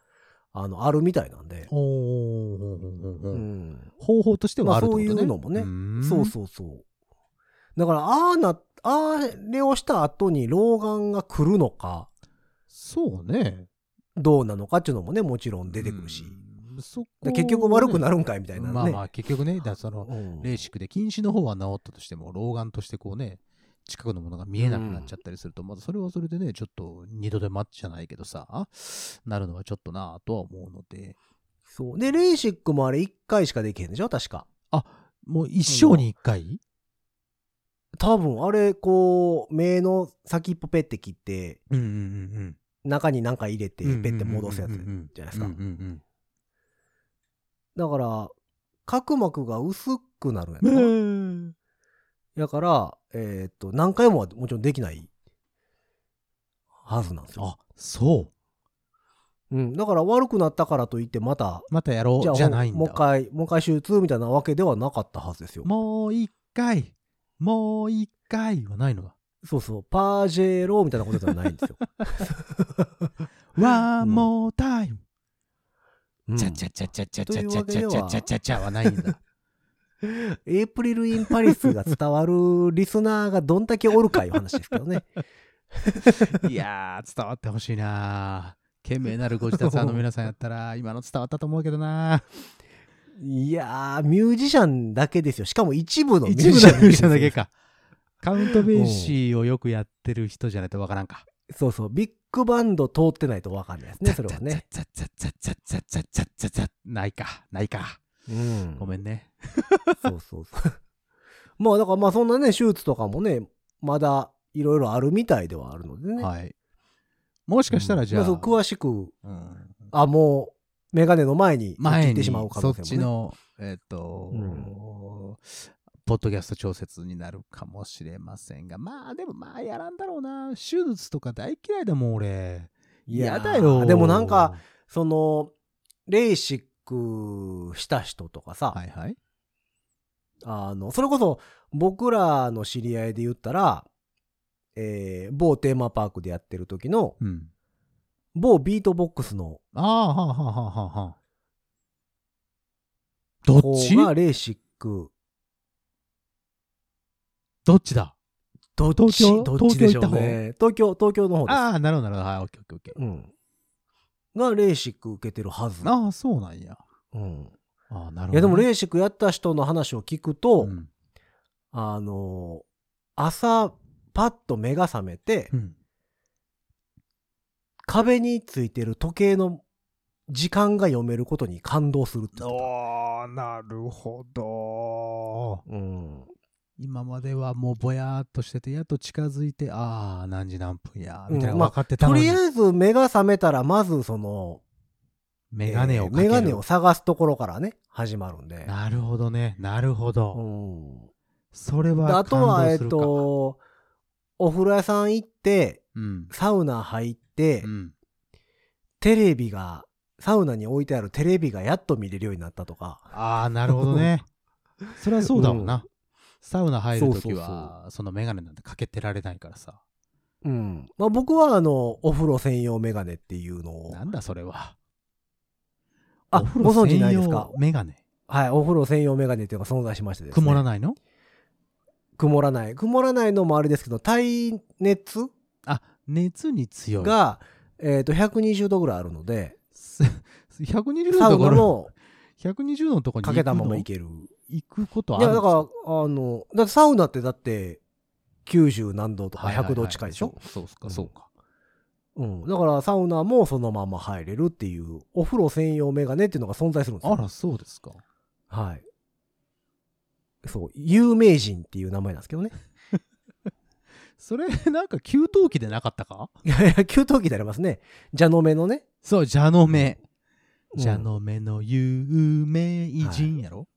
[SPEAKER 2] あのあるみたいなんで
[SPEAKER 3] うん。、おーほうほうほうほ
[SPEAKER 2] う
[SPEAKER 3] う、
[SPEAKER 2] ん、
[SPEAKER 3] 方法としてはあるってことね。
[SPEAKER 2] まあそういうのもね
[SPEAKER 3] ん
[SPEAKER 2] そうそうそうだからああなあれをした後に老眼が来るのか
[SPEAKER 3] そうね。
[SPEAKER 2] どうなのかっていうのもねもちろん出てくるし、
[SPEAKER 3] うん。そこ
[SPEAKER 2] だから結局悪くな
[SPEAKER 3] る
[SPEAKER 2] るんかいみたいなね、
[SPEAKER 3] まあまあ、結局ね、だからその、
[SPEAKER 2] うん
[SPEAKER 3] レーシックで近視の方は治ったとしても老眼としてこうね近くのものが見えなくなっちゃったりすると、まずそれはそれでねちょっと二度手待ちじゃないけどさなるのはちょっとなぁとは思うので
[SPEAKER 2] そうでレーシックもあれ1回しかできへんでしょ確か
[SPEAKER 3] もう一生に一回
[SPEAKER 2] 多分あれこう目の先っぽペッて切って
[SPEAKER 3] うんうんうんうん
[SPEAKER 2] 中に何か入れてペッて戻すやつ
[SPEAKER 3] うんうんうんうん
[SPEAKER 2] じゃないですか
[SPEAKER 3] うんうんうん
[SPEAKER 2] だから、角膜が薄くなるんや
[SPEAKER 3] う
[SPEAKER 2] な。
[SPEAKER 3] ん
[SPEAKER 2] だから、えーっと、何回もはもちろんできないはずなんですよ。
[SPEAKER 3] あそう
[SPEAKER 2] うん。だから悪くなったからといって、また、
[SPEAKER 3] またやろ
[SPEAKER 2] じゃ
[SPEAKER 3] う
[SPEAKER 2] あ
[SPEAKER 3] じゃないんだ
[SPEAKER 2] もう一回、もう一回手術みたいなわけではなかったはずですよ。
[SPEAKER 3] もう一回もう一回はないのだ
[SPEAKER 2] そうそう、パージェロみたいなことではないんですよ。
[SPEAKER 3] ワンモータイム
[SPEAKER 2] うん
[SPEAKER 3] チャチャチャチャチャチャチャ
[SPEAKER 2] と
[SPEAKER 3] チ
[SPEAKER 2] いう
[SPEAKER 3] ャ
[SPEAKER 2] わけで
[SPEAKER 3] チャ
[SPEAKER 2] は
[SPEAKER 3] チャチャチャはないんだ
[SPEAKER 2] エイプリル・イン・パリスが伝わるリスナーがどんだけおるかいう話ですけどね。
[SPEAKER 3] いやー伝わってほしいな懸命なるご自宅さんの皆さんやったら今の伝わったと思うけどない
[SPEAKER 2] やー、ミュージシャンだけですよ。しかも一部の
[SPEAKER 3] 一部のミュージシャンだけ
[SPEAKER 2] か。
[SPEAKER 3] かカウントベーシーをよくやってる人じゃないとわからんか
[SPEAKER 2] そうそう、ビッグバンド通ってないとわかんないですね、それはね。
[SPEAKER 3] ザッザッザッザッザッザッザッザッザッないかないか
[SPEAKER 2] うん。
[SPEAKER 3] ごめんね
[SPEAKER 2] そうそうそう。 まあだからまあそんなね、手術とかもね、まだいろいろあるみたいではあるのでね。い。
[SPEAKER 3] はいもしかしたらじゃあ、
[SPEAKER 2] まそう詳しく、
[SPEAKER 3] うん
[SPEAKER 2] あ、もう、メガネの前に、
[SPEAKER 3] 前
[SPEAKER 2] っち行って
[SPEAKER 3] に
[SPEAKER 2] しまう可
[SPEAKER 3] そ
[SPEAKER 2] 能
[SPEAKER 3] っ
[SPEAKER 2] 性
[SPEAKER 3] ち
[SPEAKER 2] も、ね。
[SPEAKER 3] の、えっ、と、
[SPEAKER 2] うん
[SPEAKER 3] ポッドキャスト調節になるかもしれませんが、まあでもまあやらんだろうな。手術とか大嫌いだもん俺。
[SPEAKER 2] いや
[SPEAKER 3] 嫌だよ。
[SPEAKER 2] でもなんか、、その、レーシックした人とかさ、
[SPEAKER 3] はいはい。
[SPEAKER 2] あの、それこそ僕らの知り合いで言ったら、えー某テーマパークでやってる時の、
[SPEAKER 3] うん。
[SPEAKER 2] 某ビートボックスの
[SPEAKER 3] ああ、はあはあはあはあ。どっ
[SPEAKER 2] 子
[SPEAKER 3] ち
[SPEAKER 2] がレーシック、
[SPEAKER 3] どっちだ
[SPEAKER 2] どっ
[SPEAKER 3] 東
[SPEAKER 2] ち
[SPEAKER 3] 京
[SPEAKER 2] どっちでしょうね。東京、東京の方です。
[SPEAKER 3] ああ、なるほどなるほど。はい、オッケーオッケーオッケ
[SPEAKER 2] うん。がレーシック受けてるはず。
[SPEAKER 3] ー。ああ、そうなんや。
[SPEAKER 2] うん。
[SPEAKER 3] ああ、なるほど、
[SPEAKER 2] いやでもレーシックやった人の話を聞くと、
[SPEAKER 3] うん
[SPEAKER 2] あのー朝、パッと目が覚めて、
[SPEAKER 3] うん。
[SPEAKER 2] 壁についてる時計の時間が読めることに感動するって言って
[SPEAKER 3] おーなるほど。
[SPEAKER 2] た。うん。
[SPEAKER 3] 今まではもうぼやーっとしててやっと近づいてああ何時何分や
[SPEAKER 2] うん
[SPEAKER 3] みたいなの
[SPEAKER 2] まあ
[SPEAKER 3] 分かってた
[SPEAKER 2] と
[SPEAKER 3] のに、
[SPEAKER 2] りあえず目が覚めたら、まずその、
[SPEAKER 3] メガネを
[SPEAKER 2] え
[SPEAKER 3] か
[SPEAKER 2] ー
[SPEAKER 3] ける、
[SPEAKER 2] メガネを探すところからね、始まるんで。
[SPEAKER 3] なるほどねなるほど、
[SPEAKER 2] うん。
[SPEAKER 3] それ
[SPEAKER 2] で
[SPEAKER 3] は
[SPEAKER 2] あとは、えっ、
[SPEAKER 3] 感動する
[SPEAKER 2] と、
[SPEAKER 3] か
[SPEAKER 2] お風呂屋さん行って、
[SPEAKER 3] うん、
[SPEAKER 2] サウナ入って、
[SPEAKER 3] うん、
[SPEAKER 2] テレビが、サウナに置いてあるテレビがやっと見れるようになったとか。
[SPEAKER 3] ああなるほど ねそれはそうだわな、
[SPEAKER 2] う
[SPEAKER 3] サウナ入るときは
[SPEAKER 2] そ
[SPEAKER 3] そう
[SPEAKER 2] そ
[SPEAKER 3] のメガネなんてかけてられないからさ
[SPEAKER 2] うん。まあ僕はあの、お風呂専用メガネっていうのを。
[SPEAKER 3] なんだそれは
[SPEAKER 2] あ、
[SPEAKER 3] お風
[SPEAKER 2] ご
[SPEAKER 3] 呂
[SPEAKER 2] 存知ない
[SPEAKER 3] 専
[SPEAKER 2] です
[SPEAKER 3] 用
[SPEAKER 2] か
[SPEAKER 3] メガネ
[SPEAKER 2] はい、お風呂専用メガネっていうのが存在しましてですね。
[SPEAKER 3] 曇ら
[SPEAKER 2] ない。
[SPEAKER 3] ないの
[SPEAKER 2] 曇らない。曇らないのもあれですけど、耐熱
[SPEAKER 3] あ熱に強い
[SPEAKER 2] が、えっ、と、120度ぐらいあるので、
[SPEAKER 3] す120
[SPEAKER 2] サ
[SPEAKER 3] のと
[SPEAKER 2] ウ
[SPEAKER 3] こ
[SPEAKER 2] ナ
[SPEAKER 3] ろ
[SPEAKER 2] の
[SPEAKER 3] 120のところに
[SPEAKER 2] か
[SPEAKER 3] 行
[SPEAKER 2] け
[SPEAKER 3] く
[SPEAKER 2] たまま
[SPEAKER 3] の
[SPEAKER 2] いける。
[SPEAKER 3] 行くことあ
[SPEAKER 2] い
[SPEAKER 3] る
[SPEAKER 2] や、
[SPEAKER 3] んで
[SPEAKER 2] だ
[SPEAKER 3] す
[SPEAKER 2] から、あの、だってサウナってだって、90何度とか100度近いでしょ、
[SPEAKER 3] そうそうっすか、そうか。
[SPEAKER 2] うん。だから、サウナもそのまま入れるっていう、お風呂専用メガネっていうのが存在するんです
[SPEAKER 3] あ
[SPEAKER 2] よ。
[SPEAKER 3] ら、そうですか。
[SPEAKER 2] はい。そう、有名人っていう名前なんですけど ね。
[SPEAKER 3] それ、なんか給湯器でなかったか
[SPEAKER 2] いやいや、給湯器でありますね。蛇の目のね。
[SPEAKER 3] そう、蛇の目。
[SPEAKER 2] うん
[SPEAKER 3] 蛇の目の有名人やろ、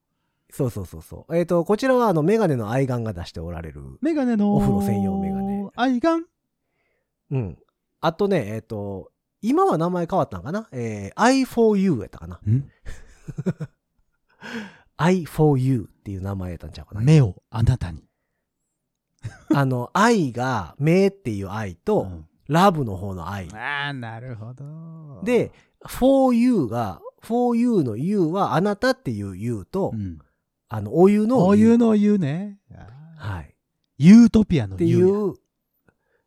[SPEAKER 2] そうそうそうそう。えっ、と、こちらは、あの、メガネの愛玩が出しておられる。
[SPEAKER 3] メガネの。
[SPEAKER 2] お風呂専用メガネ。
[SPEAKER 3] 愛玩
[SPEAKER 2] うん。あとね、えっ、と、今は名前変わったんかなえー、i4u やったかな ?i4u っていう名前やったんちゃうかな
[SPEAKER 3] 目をあなたに。
[SPEAKER 2] あの、愛が、目っていう愛と、
[SPEAKER 3] うん
[SPEAKER 2] ラブの方の愛。
[SPEAKER 3] ああ、なるほど
[SPEAKER 2] で、、4u が、4u の u はあなたっていう u と、
[SPEAKER 3] うん、
[SPEAKER 2] あの、お湯の U。
[SPEAKER 3] こういうのを言うね。あー
[SPEAKER 2] はい。
[SPEAKER 3] ユートピアの
[SPEAKER 2] ってい
[SPEAKER 3] 言う
[SPEAKER 2] う、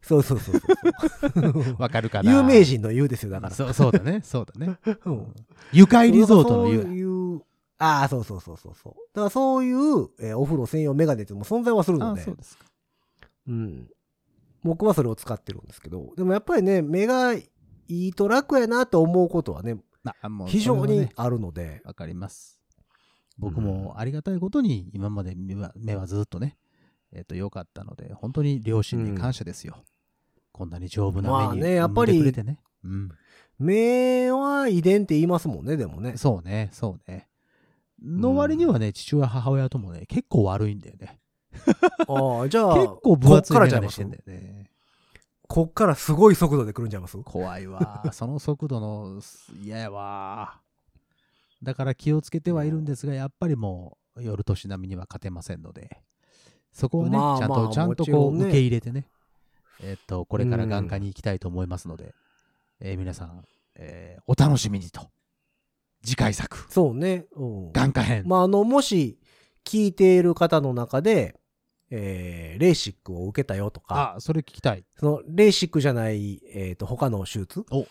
[SPEAKER 2] そうそうそう そう。
[SPEAKER 3] や。わかるかな
[SPEAKER 2] 有名人の言うですよ、だから。
[SPEAKER 3] そうそうだね、そうだ ね。
[SPEAKER 2] うん
[SPEAKER 3] 愉快リゾートの言
[SPEAKER 2] そう
[SPEAKER 3] う。
[SPEAKER 2] いう、ああ、そうそうそうそうそう。だからそういう、えーお風呂専用メガネっていうのも存在はする
[SPEAKER 3] あ
[SPEAKER 2] の
[SPEAKER 3] あ、
[SPEAKER 2] で
[SPEAKER 3] そう、ですか。
[SPEAKER 2] うん。僕はそれを使ってるんですけど、でもやっぱりね、目がいいと楽やなと思うことはね、
[SPEAKER 3] まあもう
[SPEAKER 2] 非常
[SPEAKER 3] それは
[SPEAKER 2] に
[SPEAKER 3] ね
[SPEAKER 2] あるので、
[SPEAKER 3] わかります。僕もありがたいことに今まで目は目はずっとね、えっ、と、良かったので、本当に両親に感謝ですよ。こんなに丈夫な目に
[SPEAKER 2] まあ
[SPEAKER 3] 産ん
[SPEAKER 2] ねやっぱり
[SPEAKER 3] でくれてね。うん。
[SPEAKER 2] 目は遺伝って言いますもんね、でもね。
[SPEAKER 3] そうね、そうね。の割にはね、父親、母親ともね、結構悪いんだよね。
[SPEAKER 2] ああ、じゃあ、
[SPEAKER 3] 結構分厚い
[SPEAKER 2] こっから
[SPEAKER 3] 眼
[SPEAKER 2] じゃい
[SPEAKER 3] 鏡
[SPEAKER 2] ま
[SPEAKER 3] し
[SPEAKER 2] す
[SPEAKER 3] てんだよね。
[SPEAKER 2] こっからすごい速度で来るんちゃいます
[SPEAKER 3] 怖いわ。その速度の、す嫌やわ。だから気をつけてはいるんですが、やっぱりもう、夜年並みには勝てませんので、そこはね、
[SPEAKER 2] まあ
[SPEAKER 3] ちゃんと、
[SPEAKER 2] まあ
[SPEAKER 3] ちゃんと
[SPEAKER 2] もち
[SPEAKER 3] こ
[SPEAKER 2] ろ
[SPEAKER 3] う、
[SPEAKER 2] んね
[SPEAKER 3] 受け入れてね、えっと、これから眼科に行きたいと思いますので、えー皆さん、えーお楽しみにと。次回作、
[SPEAKER 2] そうね。うん。
[SPEAKER 3] 眼科編。
[SPEAKER 2] まあ、あの、もし、聞いている方の中で、えーレーシックを受けたよとか、
[SPEAKER 3] あ、それ聞きたい。
[SPEAKER 2] その、レーシックじゃない、えっ、と、他の手術
[SPEAKER 3] お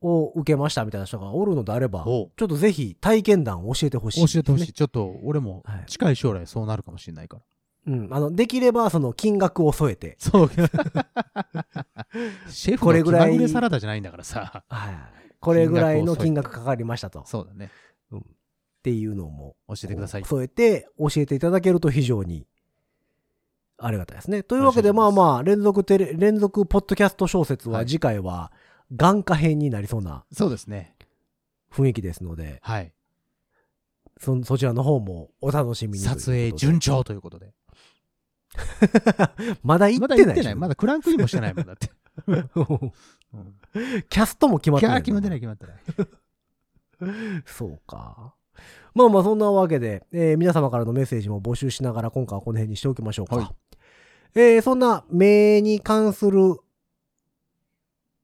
[SPEAKER 2] を受けましたみたいな人がおるのであれば、
[SPEAKER 3] おう
[SPEAKER 2] ちょっとぜひ体験談を教えてほしい、
[SPEAKER 3] 教えてほしい。。ちょっと、俺も
[SPEAKER 2] はい
[SPEAKER 3] 近い将来そうなるかもしれないから。
[SPEAKER 2] うん。あの、できれば、その、金額を添えて、
[SPEAKER 3] そう。シェフ
[SPEAKER 2] これ
[SPEAKER 3] の気
[SPEAKER 2] ぐらい
[SPEAKER 3] まぐれサラダじゃないんだからさ。
[SPEAKER 2] はい。これぐらいの金
[SPEAKER 3] 金額
[SPEAKER 2] 額かかりましたと。っ
[SPEAKER 3] そうだね。
[SPEAKER 2] ていうのも、
[SPEAKER 3] 教えてください。
[SPEAKER 2] こう添えて、教えていただけると非常に、ありがたいですね。というわけで、
[SPEAKER 3] よろ
[SPEAKER 2] まあ
[SPEAKER 3] しくお願いします
[SPEAKER 2] まあ、連続テレ、連続ポッドキャスト小説
[SPEAKER 3] は
[SPEAKER 2] はい次回は、眼科編になりそうな
[SPEAKER 3] そうですね。
[SPEAKER 2] 雰囲気ですので、
[SPEAKER 3] はい。
[SPEAKER 2] そ、そちらの方もお楽しみにということで。
[SPEAKER 3] 撮影順調ということで。
[SPEAKER 2] まだ行
[SPEAKER 3] ま
[SPEAKER 2] っ
[SPEAKER 3] だ
[SPEAKER 2] て
[SPEAKER 3] 行
[SPEAKER 2] な
[SPEAKER 3] っ
[SPEAKER 2] いで
[SPEAKER 3] てな
[SPEAKER 2] し
[SPEAKER 3] い。
[SPEAKER 2] ょ。
[SPEAKER 3] まだクランクインもしてないもんだって。うん
[SPEAKER 2] キャストも決まっ
[SPEAKER 3] キ
[SPEAKER 2] て
[SPEAKER 3] ャ
[SPEAKER 2] な
[SPEAKER 3] ー
[SPEAKER 2] い。
[SPEAKER 3] 決まってない決まってない。
[SPEAKER 2] そうか。まあまあそんなわけで、えー皆様からのメッセージも募集しながら今回はこの辺にしておきましょうか。
[SPEAKER 3] はい
[SPEAKER 2] えーそんな目に関する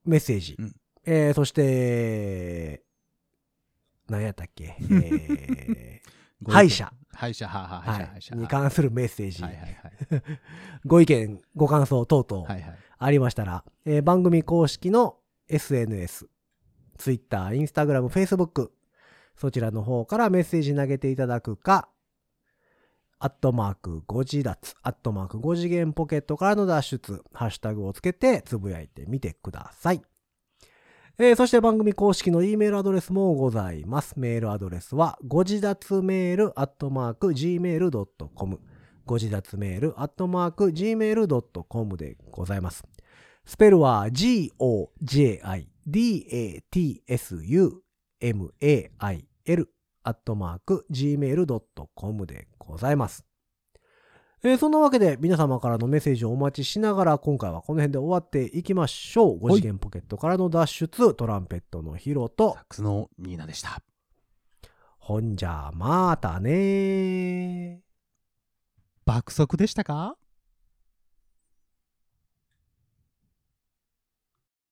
[SPEAKER 2] メッセージ。
[SPEAKER 3] うん
[SPEAKER 2] えーそして、何やったっけ、 えー歯医者、
[SPEAKER 3] 歯医者、はは歯
[SPEAKER 2] は
[SPEAKER 3] 医者、
[SPEAKER 2] い
[SPEAKER 3] 歯医者。
[SPEAKER 2] に関するメッセージ、
[SPEAKER 3] はいはいはい。
[SPEAKER 2] ご意見、ご感想等々
[SPEAKER 3] はいはい。
[SPEAKER 2] ありましたら、えー番組公式の SNS、Twitter、Instagram、Facebook、そちらの方からメッセージ投げていただくか、アットマーク5次脱、アットマーク5次元ポケットからの脱出、ハッシュタグをつけてつぶやいてみてください。えーそして番組公式の E メールアドレスもございます。メールアドレスは、ご自立メールアットマーク Gmail.com。ご自立メールアットマーク Gmail.com でございます。スペルは G-O-J-I-D-A-T-S-U-M-A-I-L アットマーク Gmail.com でございます。えーそんなわけで皆様からのメッセージをお待ちしながら今回はこの辺で終わっていきましょう。5次元ポケットからの脱出、トランペットのヒロと
[SPEAKER 3] サ、ックスのニーナでした。
[SPEAKER 2] ほんじゃまたねー。
[SPEAKER 3] 爆速でしたか